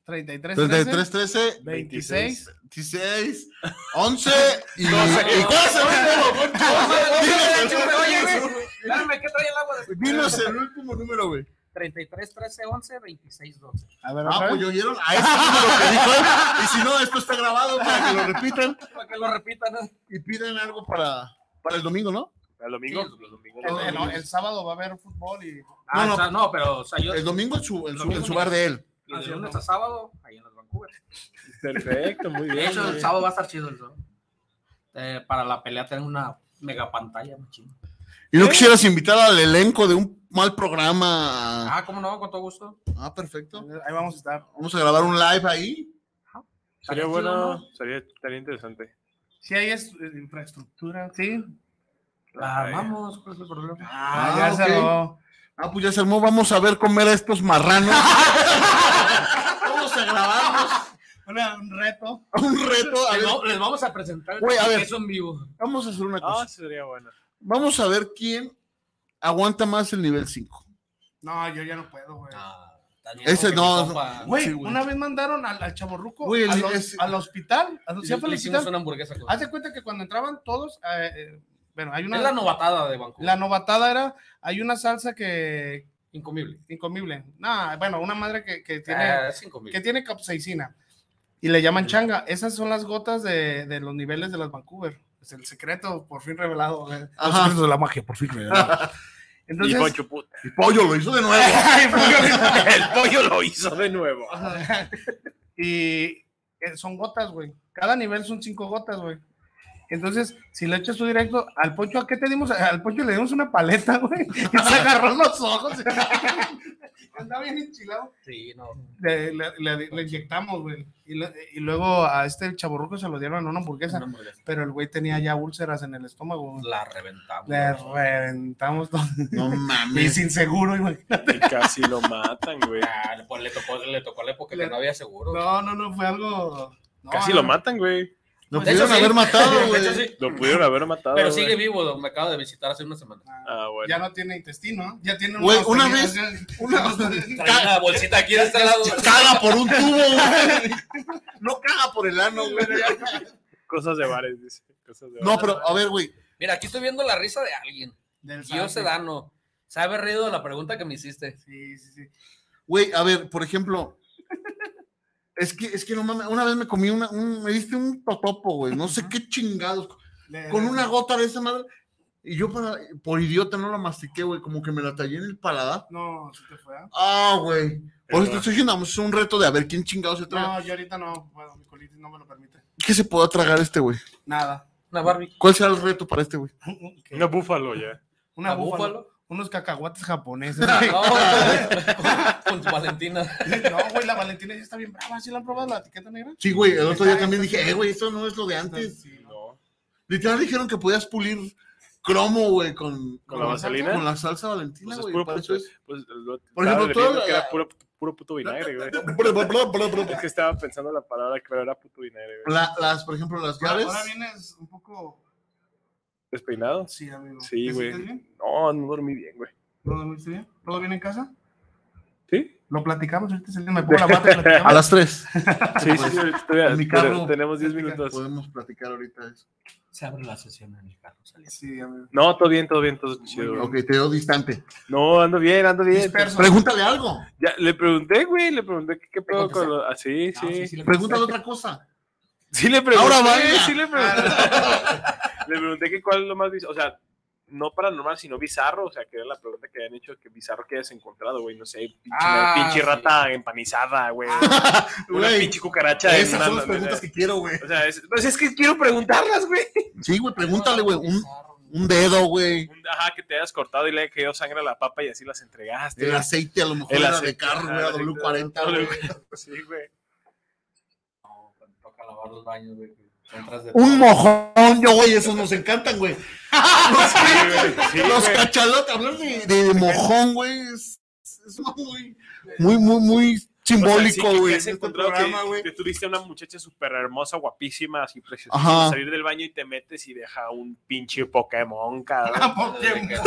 S6: 33, 33
S5: 3313
S6: 26.
S5: 16 11 y
S3: Doce.
S5: ¿Y cuál es el último,
S7: Oye,
S5: Poncho?
S7: güey, espérame, ¿qué trae el agua de
S5: Dinos el último número, güey.
S7: 33 13 11 26 12.
S6: A ver,
S5: Ah,
S6: otra
S5: pues
S6: vez.
S5: ¿ya oyeron a ese número que dijo él. Y si no, esto está grabado para que lo repitan
S7: Para que lo repitan. ¿no?
S5: y pidan algo para, para el domingo, ¿no?
S3: ¿El domingo?
S7: Sí, los
S3: domingos.
S6: El- el, el sábado va a haber fútbol y
S7: Ah,
S5: no.
S7: o sea, no, pero o sea, yo
S5: El domingo en su, en su,
S7: Domingo,
S5: en su bar de él.
S7: y de lunes a sábado ahí en los Vancouver.
S3: Perfecto, muy bien.
S7: De hecho,
S3: muy
S7: el
S3: bien.
S7: sábado va a estar chido el sábado. Eh, para la pelea tengo una mega pantalla, machín.
S5: ¿Y no quisieras invitar al elenco de un mal programa?
S7: Ah, ¿cómo no? Con todo gusto.
S5: Ah, perfecto.
S6: ahí vamos a estar.
S5: Vamos a grabar un live ahí.
S3: Sería
S7: Estaría chido,
S3: bueno,
S7: ¿no?
S3: sería, estaría interesante.
S6: Si hay es, eh, infraestructura, sí.
S7: La
S3: Ay.
S7: armamos, ¿cuál es el problema?
S6: Ah,
S5: Ah,
S6: ya
S5: ok.
S6: se armó.
S5: Ah, pues ya se armó. Vamos a ver comer a estos marranos. Vamos a grabarnos
S6: Una- un reto.
S5: un reto. A
S7: Les,
S5: ver,
S7: va- les vamos a presentar
S5: Güey, a ver.
S7: eso en vivo.
S5: vamos a hacer una
S3: Ah,
S5: cosa.
S3: sería bueno.
S5: Vamos a ver quién aguanta más el nivel 5.
S6: No, yo ya no puedo, güey.
S7: Ah, está Estás viendo
S5: Ese
S7: que mi
S5: no.
S7: compa-
S6: Güey,
S5: sí,
S6: una vez mandaron al, al chaborruco
S5: Güey,
S6: al,
S5: el-
S6: hos-
S5: es-
S6: al hospital. al- sí,
S7: Le-
S6: fue al
S7: le hicimos
S6: hospital.
S7: una hamburguesa con-
S6: Haz de cuenta que cuando entraban todos, eh, eh, bueno, hay una.
S7: Es la novatada de Vancouver.
S6: la novatada era, hay una salsa que
S7: Incomible.
S6: incomible. Nah, bueno, una madre que, que tiene
S7: Ah, es incomible.
S6: que tiene capsaicina y le llaman
S7: Mm.
S6: changa. Esas son las gotas de, de los niveles de las Vancouver. Es el secreto por fin revelado. güey. Los
S5: Ajá.
S6: secretos de la magia por fin revelado.
S3: Y
S6: Entonces,
S3: Poncho puta.
S5: Y pollo lo hizo de nuevo.
S6: Ay, pollo.
S3: El pollo lo hizo de nuevo.
S6: y eh, son gotas, güey. Cada nivel son cinco gotas, güey. Entonces, si le echas tú directo al Poncho, ¿a qué te dimos? Al Poncho le dimos una paleta, güey. Y se agarró los ojos. Andaba bien enchilado.
S7: Sí, no.
S6: le, le- le- le inyectamos, güey. Y, lo- y luego a este chaburruco se lo dieron en una hamburguesa,
S7: Una hamburguesa.
S6: pero el güey tenía ya úlceras en el estómago. güey.
S7: La reventamos.
S6: Le reventamos todo.
S5: No
S6: Y
S5: mames.
S6: sin seguro, güey.
S3: Y casi lo matan, güey.
S7: Ah, le- pues, le tocó, le tocó la época
S6: Le-
S7: que no había seguro.
S6: No, no, no, fue algo. no,
S3: Casi
S6: no,
S3: lo
S6: no.
S3: matan, güey.
S5: Lo
S7: De hecho,
S5: pudieron
S7: sí.
S5: haber matado,
S7: De
S5: güey.
S7: hecho, sí.
S3: Lo pudieron haber matado.
S7: Pero
S3: güey.
S7: sigue vivo, don. me acabo de visitar hace una semana.
S3: Ah, bueno.
S6: Ya no tiene intestino, ¿eh? ya tiene
S5: Güey, una vez-
S6: una
S7: Trae una bolsita aquí de este lado.
S5: Caga por un tubo, güey. No caga por el ano, güey.
S3: Cosas de bares, dice. Cosas de
S5: No,
S3: bares.
S5: pero a ver, güey.
S7: Mira, aquí estoy viendo la risa de alguien.
S6: Del Santi.
S7: Dios Sedano. Se ha haber reído de la pregunta que me hiciste.
S6: Sí, sí, sí.
S5: Güey, a ver, por ejemplo. Es que, es que no mames, una vez me comí una, un, me diste un totopo, güey, no sé qué chingados,
S6: Le-
S5: con
S6: le-
S5: una gota de esa madre, y yo para, por idiota no la mastiqué, güey, como que me la tallé en el paladar.
S6: No, sí te fue. ¿eh?
S5: Ah, güey. Por
S3: Pero-
S5: eso te estoy diciendo, es un reto de a ver quién chingado se
S6: No,
S5: traga.
S6: yo ahorita no, bueno, mi colitis no me lo permite.
S5: ¿Qué se puede tragar este, güey?
S6: Nada.
S7: Una Barbie.
S5: ¿Cuál será el reto para este, güey?
S6: Ok.
S3: Una búfalo ya.
S6: Una
S7: ¿A
S6: búfalo.
S7: búfalo?
S6: Unos cacahuates japoneses.
S7: No, Ah, con- con su Valentina.
S6: No, güey, la Valentina ya está bien brava. ¿Sí la han probado la etiqueta negra?
S5: Sí, güey, el otro día
S6: Está-
S5: también
S6: está-
S5: dije, eh, güey, esto no es lo de antes.
S6: Sí, no.
S3: No.
S5: Literal dijeron que podías pulir cromo, güey, con,
S3: Con la
S5: salsa-
S3: vaselina.
S5: Con la salsa valentina,
S3: Pues es
S5: güey.
S3: puro
S5: para
S3: puto.
S5: eso es.
S3: Pues, lo,
S5: Por
S3: Por
S5: ejemplo,
S3: ejemplo,
S5: todo-
S3: que era puro, puro puto vinagre, güey. Es que estaba pensando la palabra, claro, era puto vinagre, güey.
S5: La- las, por ejemplo, las llaves.
S6: Ahora vienes un poco.
S3: ¿Despeinado?
S6: Sí, amigo.
S3: Sí,
S6: ¿Te
S3: güey.
S6: sientes bien?
S3: No, no dormí bien, güey.
S6: ¿No dormiste bien? ¿Todo bien en casa?
S3: ¿Sí?
S6: Lo platicamos. Ahorita saliendo me pongo la bata y platicamos.
S5: A las tres.
S3: Sí, sí, sí, ahorita estoy-
S5: Pues, En mi carro.
S3: Tenemos 10 minutos.
S5: Podemos platicar ahorita eso.
S7: Se abre la sesión en el carro. saliendo.
S6: Sí, amigo.
S3: No, todo bien, todo bien, todo chido. güey.
S5: Ok, te veo distante.
S3: No, ando bien, ando bien.
S6: Disperso.
S5: Pregúntale algo.
S3: Ya, le pregunté, güey, le pregunté qué, qué pedo
S7: contestó?
S3: con lo... Así,
S7: No,
S3: sí.
S7: sí, sí le-
S5: Pregúntale otra cosa.
S3: Sí le pregunté.
S5: Ahora Ah, vaya.
S3: Sí le pregunté. le pregunté que cuál es lo más bizarro. O sea, no paranormal, sino bizarro. O sea, que era la pregunta que habían hecho, que bizarro que hayas encontrado, güey. No sé, pinche,
S7: Ah,
S3: pinche
S7: sí.
S3: rata empanizada, güey. Una
S5: Ah, Güey,
S3: pinche cucaracha. en
S5: Esas
S3: una-
S5: son las preguntas que quiero, güey.
S3: O sea, es, pues es que quiero preguntarlas, güey.
S5: Sí, güey, pregúntale, güey. Un, un dedo, güey.
S3: Un- Ajá, que te hayas cortado y le haya caído sangre a la papa y así las entregaste.
S5: El aceite a lo mejor
S3: El
S5: era de
S3: aceite,
S5: carro,
S3: ajá,
S5: güey, a
S3: el aceite
S5: W40,
S3: de-
S5: güey.
S3: Sí, güey.
S7: No, cuando toca lavar los baños, güey. que entras de
S5: Un
S7: todo.
S5: mojón, yo, güey, esos nos encantan, güey.
S3: Sí, güey. Sí,
S5: Los
S3: güey.
S5: cachalotes, hablar de, de mojón, güey, es, es muy, muy, muy, muy
S3: O
S5: simbólico,
S3: sea, sí, que
S5: güey.
S3: te
S5: en
S3: has
S5: este
S3: encontrado que-
S5: programa,
S3: que
S5: güey.
S3: tú tuviste una muchacha súper hermosa, guapísima, así preciosa.
S5: Ajá.
S3: Salir del baño y te metes y deja un pinche Pokémon, cabrón.
S7: Desde que-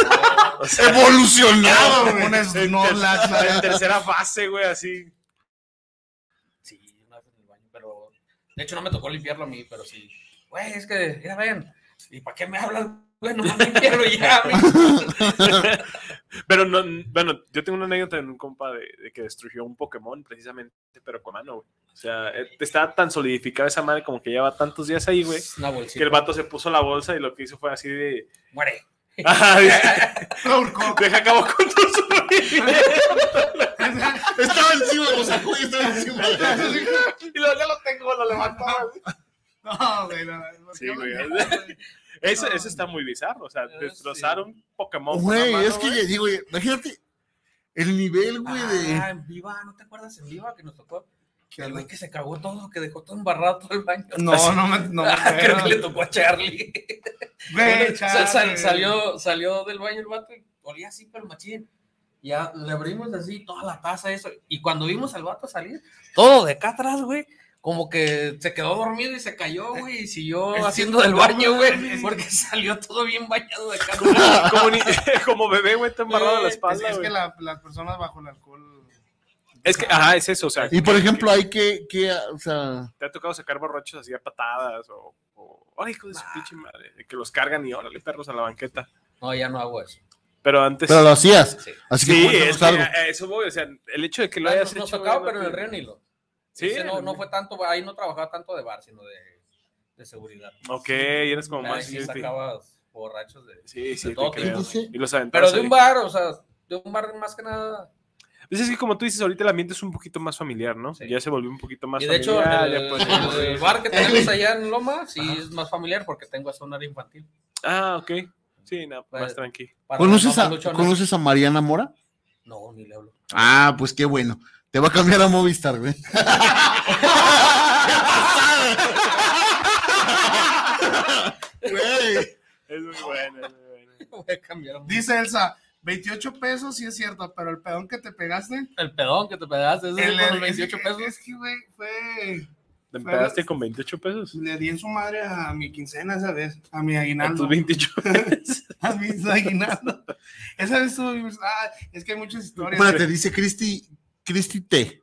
S3: O sea,
S5: Evolucionado, güey.
S6: Pones
S3: en,
S6: no
S3: ter-
S6: las-
S3: en tercera fase, güey, así.
S7: Sí, una vez en el baño, pero. De hecho, no me tocó limpiarlo a mí, pero sí. Güey, es que, mira, ven. ¿Y para qué me hablas? Güey, no me limpiarlo ya, güey.
S3: Pero no, bueno, yo tengo una anécdota en un compa de, de que destruyó un Pokémon precisamente, pero con mano, güey. O sea, eh, está tan solidificada esa madre como que lleva tantos días ahí, güey.
S7: Una
S3: Que
S7: bolsita.
S3: el vato se puso la bolsa y lo que hizo fue así de.
S7: Muere.
S3: Ajá, dice,
S6: Lo ahorcó.
S3: deja acabo con tu
S5: Estaba encima, lo sacó y estaba encima.
S3: pues, Y luego ya lo tengo, lo levanto.
S6: No, güey. no, no,
S3: Sí,
S6: no,
S3: güey.
S6: no,
S3: Eso,
S6: No.
S3: eso está muy bizarro. O sea,
S7: Pero
S3: destrozar
S7: Ah, sí.
S3: un Pokémon. con la
S5: Güey,
S3: mano,
S5: es que, ya digo, imagínate el nivel, güey,
S7: Ah,
S5: de...
S7: en viva, ¿no te acuerdas en viva que nos tocó?
S6: ¿Qué
S7: El güey
S6: onda?
S7: que se cagó todo, que dejó todo embarrado todo el baño.
S6: No, no me. No, me
S7: Ah, creo que le
S6: acuerdo.
S7: tocó a Charlie.
S6: Güey,
S7: Entonces, sal- sal-
S6: chale.
S7: salió, salió del baño el vato y olía así, pero machín. Ya le abrimos así toda la taza, eso. Y cuando vimos al vato salir, todo de acá atrás, güey. Como que se quedó dormido y se cayó, güey, y siguió
S6: Es-
S7: haciendo del baño, güey,
S6: es-
S7: porque salió todo bien bañado de acá. atrás.
S3: güey. Como, ni- como bebé, güey, está embarrado en la
S7: Sí,
S6: Es,
S3: espalda.
S6: es que
S3: güey.
S6: la- las personas bajo el alcohol
S3: Es que, ajá, es eso. O sea,
S5: Y por
S3: Ah, que-
S5: ejemplo,
S3: que
S5: hay que, que, o sea,
S3: Te ha tocado sacar borrachos así a patadas o. o ¡Ay, hijo de su pinche madre! de Que los cargan y órale, perros a la banqueta.
S7: No, ya no hago eso.
S3: Pero antes.
S5: pero lo hacías. Así
S7: Sí.
S5: que
S3: Pues sí,
S5: cuéntanos
S3: es que
S5: algo.
S3: a eso voy. O sea, el hecho de que lo
S7: Ah,
S3: hayas
S7: nos, nos
S3: hecho.
S7: tocaba,
S3: güey,
S7: pero en el
S3: te-
S7: Río Nilo.
S3: Sí,
S7: Ese no, no fue tanto, ahí no trabajaba tanto de bar, sino de, de seguridad.
S3: Ok, eres como
S7: Ahí
S3: más.
S7: sí
S3: safety.
S7: sacabas borrachos de...
S3: Sí, sí,
S7: de
S3: te
S7: todo
S3: creo.
S5: tipo.
S3: Y los
S7: Pero
S3: aventabas
S7: de
S3: ahí.
S7: un bar, o sea, de un bar más que nada.
S3: Pues es que como tú dices, ahorita el ambiente es un poquito más familiar, ¿no?
S7: Sí.
S3: Ya se volvió un poquito más
S7: y de hecho,
S3: familiar. ya
S7: el,
S3: puedes-
S7: el bar que tenemos allá en Loma, sí es más familiar porque tengo hasta un área infantil.
S3: Ah, ok. Sí, no, más
S7: Pues-
S3: tranqui.
S7: Para
S5: ¿Conoces
S7: los
S3: pues,
S5: a,
S7: mameluchones.
S5: ¿Conoces a Mariana Mora?
S7: No, ni le hablo.
S5: Ah, pues qué bueno. Te va a cambiar a Movistar, güey. Güey.
S3: Es muy bueno, es muy bueno.
S7: Voy a cambiar.
S6: Dice Elsa, 28 pesos, sí es cierto, pero el pedón que te pegaste.
S7: El pedón que te pegaste, ese
S6: el-
S7: es con los
S6: el-
S7: 28
S6: es-
S7: pesos.
S6: Es que, güey, fue.
S3: ¿Te empedaste con 28 pesos?
S6: Le di en su madre a mi quincena esa vez, a mi
S3: ¿A
S6: aguinaldo.
S3: tus 28 pesos?
S6: A mi aguinaldo. Esa vez estuvo bien- ah, es que hay muchas historias.
S5: Espérate, dice Cristi, Cristi T.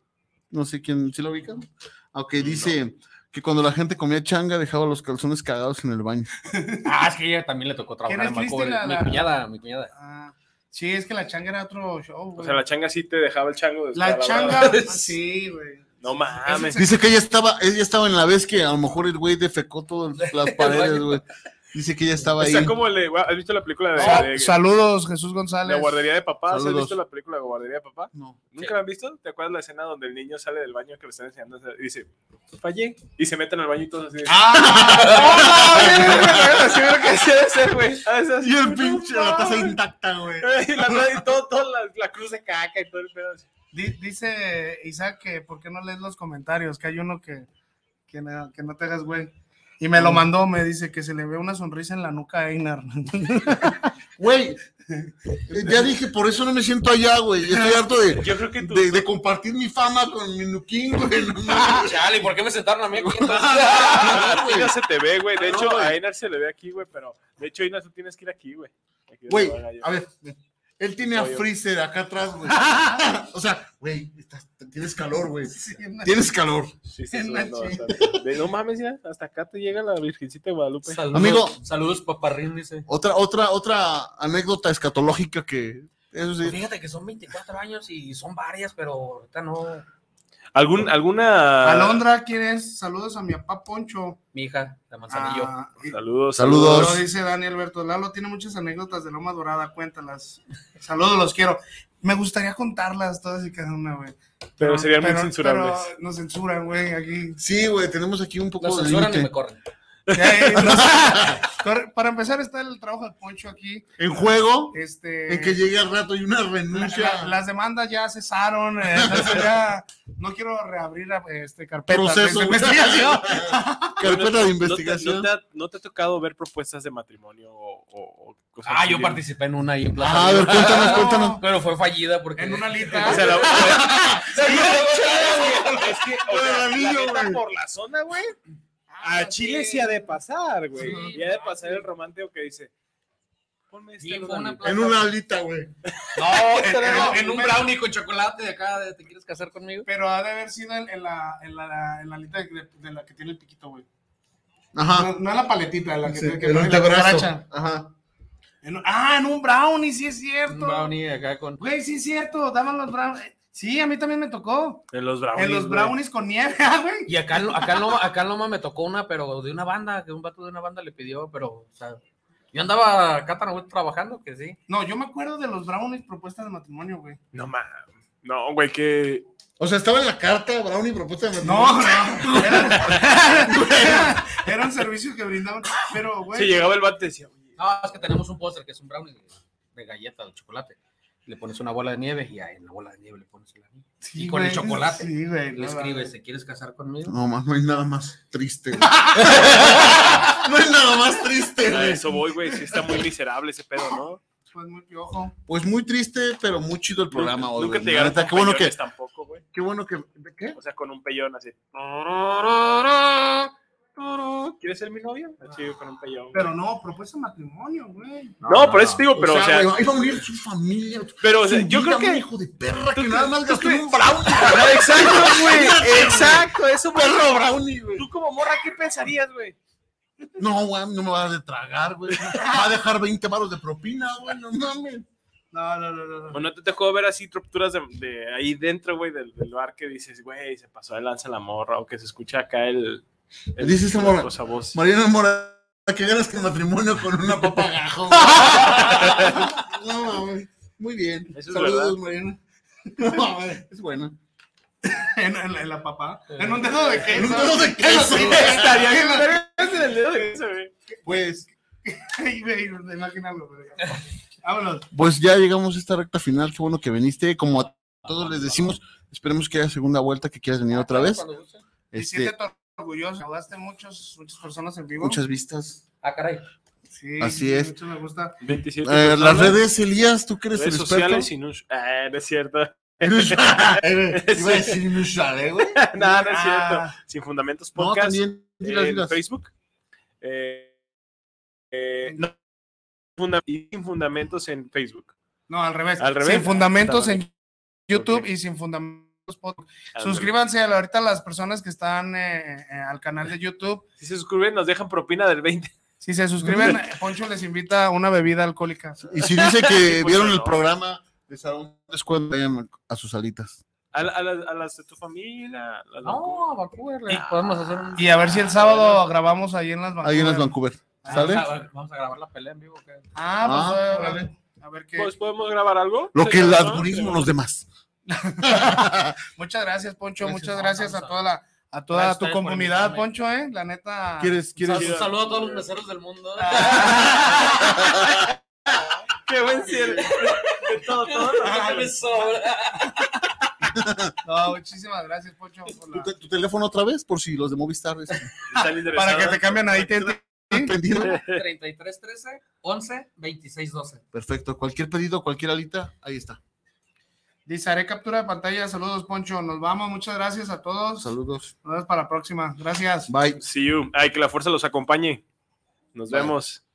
S5: No sé quién, ¿sí lo ubican? Aunque dice que cuando la gente comía changa dejaba los calzones cagados en el baño.
S7: Ah, es que ella también le tocó trabajar en
S6: ¿Quién es
S7: Vancouver.
S6: Cristi, la-
S7: Mi
S6: la-
S7: cuñada, mi cuñada.
S6: Ah, sí, es que la changa era otro show,
S3: O
S6: güey.
S3: sea, la changa sí te dejaba el chango.
S6: La
S3: descarado.
S6: changa, ah, sí, güey.
S3: No mames.
S5: Dice que ella estaba, ella estaba en la vez que a lo mejor el güey defecó todas las paredes, güey. Dice que ella estaba
S3: O
S5: ahí.
S3: sea, como le. ¿Has visto la película de,
S6: Sa-
S3: de-
S6: saludos, Jesús
S3: La
S6: González.
S3: guardería de papá? ¿Has
S5: Saludos.
S3: visto la película de guardería de papá?
S5: No.
S3: ¿Nunca
S7: Sí.
S3: la han visto? ¿Te acuerdas la escena donde el niño sale del baño que le están enseñando? Y dice, fallé. Y se meten al baño y todos así. de- Ah, Así creo que sí debe ser, güey. Ah, es así.
S5: Y el pinche, la taza
S3: Y
S5: intacta, güey.
S3: la- y todo, todo la, la cruz de caca y todo el pedo. así.
S6: Di- dice Isaac que por qué no lees los comentarios, que hay uno que, que, no, que no te hagas güey. Y me
S3: Mm.
S6: lo mandó, me dice que se le ve una sonrisa en la nuca a Einar.
S5: Güey, eh, ya dije, por eso no me siento allá, güey. Estoy harto de,
S3: Yo creo que tú.
S5: de, de compartir mi fama con mi nuquín, güey. No, mames.
S7: Chale, ¿por qué me sentaron a mí aquí?
S3: A ti no ah, se te ve, güey. De
S5: No,
S3: hecho,
S5: güey.
S3: a Einar se le ve aquí, güey. Pero de hecho, Einar, tú tienes que ir aquí, güey. Aquí donde
S5: Güey,
S3: lo haga yo.
S5: a ver, él tiene a
S3: Oye.
S5: Freezer acá atrás, güey. O sea, güey, estás- tienes calor, güey. Tienes calor.
S3: Sí, sí,
S6: en
S3: sí,
S6: la
S3: no,
S6: chica.
S3: bastante. De- no mames, ya. Hasta acá te llega la Virgencita de Guadalupe.
S7: Saludos,
S5: Amigo.
S7: Saludos, paparrín, dice.
S5: Otra, otra, otra anécdota escatológica que. Eso sí.
S7: Fíjate que son 24 años y son varias, pero ahorita no.
S3: ¿Algún, ¿Alguna.
S6: Alondra, ¿quién es? Saludos a mi papá Poncho.
S7: Mi hija, la manzanillo.
S6: Ah, y-
S3: Saludos.
S5: Saludos.
S6: Lo dice Dani Alberto. Lalo tiene muchas anécdotas de Loma Dorada, cuéntalas. Saludos, los quiero. Me gustaría contarlas todas y cada una, güey.
S3: Pero serían muy
S6: pero-
S3: censurables.
S6: pero nos censuran, güey, aquí.
S5: Sí, güey, tenemos aquí un
S7: No
S5: poco de
S7: censuran y me
S5: límite.
S7: corren.
S6: Ya, eh, no sé. Corre- Para empezar está el trabajo de Poncho aquí.
S5: En juego,
S6: Este,
S3: Eh,
S5: en que llegue al rato y una
S6: la- la-
S5: renuncia.
S6: las demandas ya cesaron, eh, entonces ya no quiero reabrir eh, este carpetas de-
S5: Proceso.
S6: de
S5: güey.
S6: investigación.
S5: Carpeta de
S3: ¿No te-
S5: investigación.
S3: ¿No te, ha, no te ha tocado ver propuestas de matrimonio o, o- o cosas
S7: Ah,
S3: así?
S7: yo participé en una ahí en Plaza.
S5: Ah, a ver,
S7: Río.
S5: cuéntanos,
S6: No,
S5: cuéntanos.
S7: Pero fue fallida porque.
S6: En una
S3: O sea,
S6: lita.
S3: la- es que, o
S5: Por el
S3: sea, la
S5: anillo,
S3: neta,
S5: güey.
S3: por la zona, güey.
S5: Ah,
S3: A Chile sí ha de pasar, güey.
S7: Sí,
S3: y ha de pasar el romántico que dice. Ponme este
S7: Sí, fue
S3: lugar,
S7: una
S3: güey".
S7: plaza.
S5: En una alita, güey.
S7: No, en,
S6: Pero-
S7: en un brownie con chocolate de acá, de, ¿te quieres casar conmigo?
S6: Pero ha de haber sido en, en la, en, la, en la lita de, de la que tiene el piquito, güey.
S5: Ajá.
S6: No, no en la paletita, en la que,
S5: Ah. Sí,
S6: tiene que
S5: el
S6: poner la
S5: antebrazo.
S6: cucaracha.
S5: Ajá.
S6: En un- ah, en un brownie, sí es cierto.
S7: Un brownie acá con.
S6: Güey, sí es cierto, daban los brownies. Sí, a mí también me tocó.
S3: En los brownies.
S6: en los
S3: güey.
S6: brownies con nieve, güey.
S7: Y acá, en Lo- acá, en Loma, acá en Loma me tocó una, pero de una banda, que un vato de una banda le pidió, pero, o sea, yo andaba acá tan trabajando que sí.
S6: No, yo me acuerdo de los brownies propuestas de matrimonio, güey.
S3: No mames. No, güey, que.
S5: O sea, estaba en la carta Brownie propuesta de
S6: No,
S5: matrimonio.
S6: no. Era, era- era un servicio que brindaban. Pero,
S3: Se
S6: güey.
S3: llegaba el vato y decía, oye,
S5: Ah,
S7: No, es que tenemos un póster que es un brownie de, de galleta de chocolate. Le pones una bola de nieve y ahí en la bola de nieve le pones el anillo.
S6: sí,
S7: y con
S6: güey,
S7: el chocolate.
S6: Sí, güey.
S7: Le
S6: no,
S7: escribes,
S6: güey.
S7: ¿te quieres casar conmigo?
S5: No, más, no hay nada más triste. güey. no hay nada más triste,
S3: a
S5: güey.
S3: eso voy, güey. Sí, está muy miserable ese pedo, ¿no?
S6: Pues muy piojo.
S5: Pues muy triste, pero muy chido el programa
S3: nunca,
S5: hoy.
S3: nunca
S5: güey.
S3: te
S5: La
S3: llegaron
S5: neta,
S3: con
S5: qué bueno que.
S3: peyones tampoco, güey.
S5: Qué bueno que. ¿de qué?
S3: O sea, con un pellón así. toro, ¿quieres ser mi novia? Así Ah, con un pellón.
S6: Pero no, propuesta de matrimonio, güey.
S3: no, por eso te digo, pero o sea,
S5: güey, ahí va a morir su familia.
S3: pero o sea,
S5: su
S3: yo
S5: vida,
S3: creo
S5: un
S3: que
S5: hijo de perra
S3: ¿Tú
S5: que
S3: crees-
S5: nada más
S3: tú
S5: gastó
S3: crees-
S5: un brownie.
S3: Ah, Exacto, güey. Exacto, eso, güey.
S5: Perro brownie, güey.
S3: Tú como morra, ¿qué pensarías, güey?
S5: No, güey, no me va a dar de tragar, güey. Va a dejar 20 varos de propina, güey, no mames.
S6: No, no, no, no. no.
S3: ¿O no te dejó ver así rupturas de, de ahí dentro, güey, del, del bar que dices, güey, se pasó de lanza la morra o que se escucha acá el. el
S5: Dice esa morra.
S3: cosa voz.
S5: Mariana Mora, ¿qué ganas con matrimonio con una papa gajo? no, mames. Muy bien.
S3: Eso es
S5: Saludos, Mariana. No, mames, es bueno.
S6: En, en la- en la papá. En un dedo de
S5: En un
S6: queso.
S5: dedo de queso, güey.
S3: Estaría bien, vergas en el dedo de eso, güey.
S5: Pues,
S6: Ay, güey, imagínalo, güey. Vámonos.
S5: pues ya llegamos a esta recta final. Qué bueno que viniste. Como a todos les decimos, esperemos que haya segunda vuelta, que quieras venir otra vez.
S7: Cuando guste.
S6: Te
S5: Este,
S6: sientes orgulloso. Saludaste muchos, muchas personas en vivo.
S5: muchas vistas.
S7: Ah, caray.
S6: Sí,
S5: Así
S6: sí,
S5: es.
S6: Mucho me gusta.
S3: 27.
S5: Eh, las
S3: personas,
S5: redes, Elías, tú que eres el
S3: redes
S5: experto.
S3: sociales y no. Ah, no es cierto.
S5: Iba a decir Nushare, güey.
S3: No, no es cierto.
S6: Ah,
S3: Sin Fundamentos
S5: No,
S3: Podcast.
S5: también. dilas,
S3: en
S5: dilas.
S3: Facebook. Eh, eh, no, funda- y sin fundamentos en Facebook.
S6: no, al revés.
S3: Al revés.
S6: Sin fundamentos
S3: Está
S6: en YouTube
S3: Ok.
S6: y sin fundamentos podcast.
S3: Ah,
S6: Suscríbanse a la- ahorita las personas que están eh, eh, al canal de YouTube.
S3: Si se suscriben, nos dejan propina del 20.
S6: Si se suscriben, Poncho les invita una bebida alcohólica.
S5: Y si dice que
S3: Pues
S5: vieron
S3: no.
S5: el programa, les hará un descuento vayan a sus alitas.
S3: A, la- a las, a las de tu familia. a las
S7: No, a Vancouver le podemos hacer un.
S6: Y a ver si el sábado grabamos ahí en las
S5: Ahí en las
S6: Vancouver.
S5: Vancouver.
S7: Ah,
S5: ¿Sale?
S7: Vamos a, vamos a grabar la pelea en vivo. ¿qué?
S6: Ah, pues
S5: Ah,
S6: eh,
S5: órale.
S6: a ver qué.
S3: Pues podemos grabar algo.
S5: Lo que el
S3: ¿no?
S5: algoritmo nos dé más.
S6: Muchas gracias, Poncho.
S5: Gracias.
S6: Muchas gracias a
S7: Vamos a-
S6: toda la a toda
S7: Gracias a
S6: tu
S7: ustedes por
S6: comunidad,
S7: invitarme.
S6: Poncho, eh. La neta.
S5: ¿Quieres,
S7: Un
S5: quieres?
S7: saludo- un saludo a todos los meseros del mundo.
S3: Qué buen cierre. De todo, todo.
S7: Ah, me sobra.
S6: No, muchísimas gracias, Poncho. por la-
S5: ¿Tu, te- tu teléfono otra vez? Por si los de Movistar están
S3: Están
S6: Para
S3: interesados.
S6: que te cambien ahí. te-
S5: atendidos.
S7: 33 13 11 26 12.
S5: Perfecto. Cualquier pedido, cualquier alita, ahí está.
S6: Dice, haré captura de pantalla. Saludos, Poncho. Nos vamos. Muchas gracias a todos. Nos
S5: Saludos.
S6: vemos para la próxima. Gracias.
S5: Bye.
S3: um, See you. Ay, que la fuerza los acompañe. Nos
S5: Bye.
S3: vemos.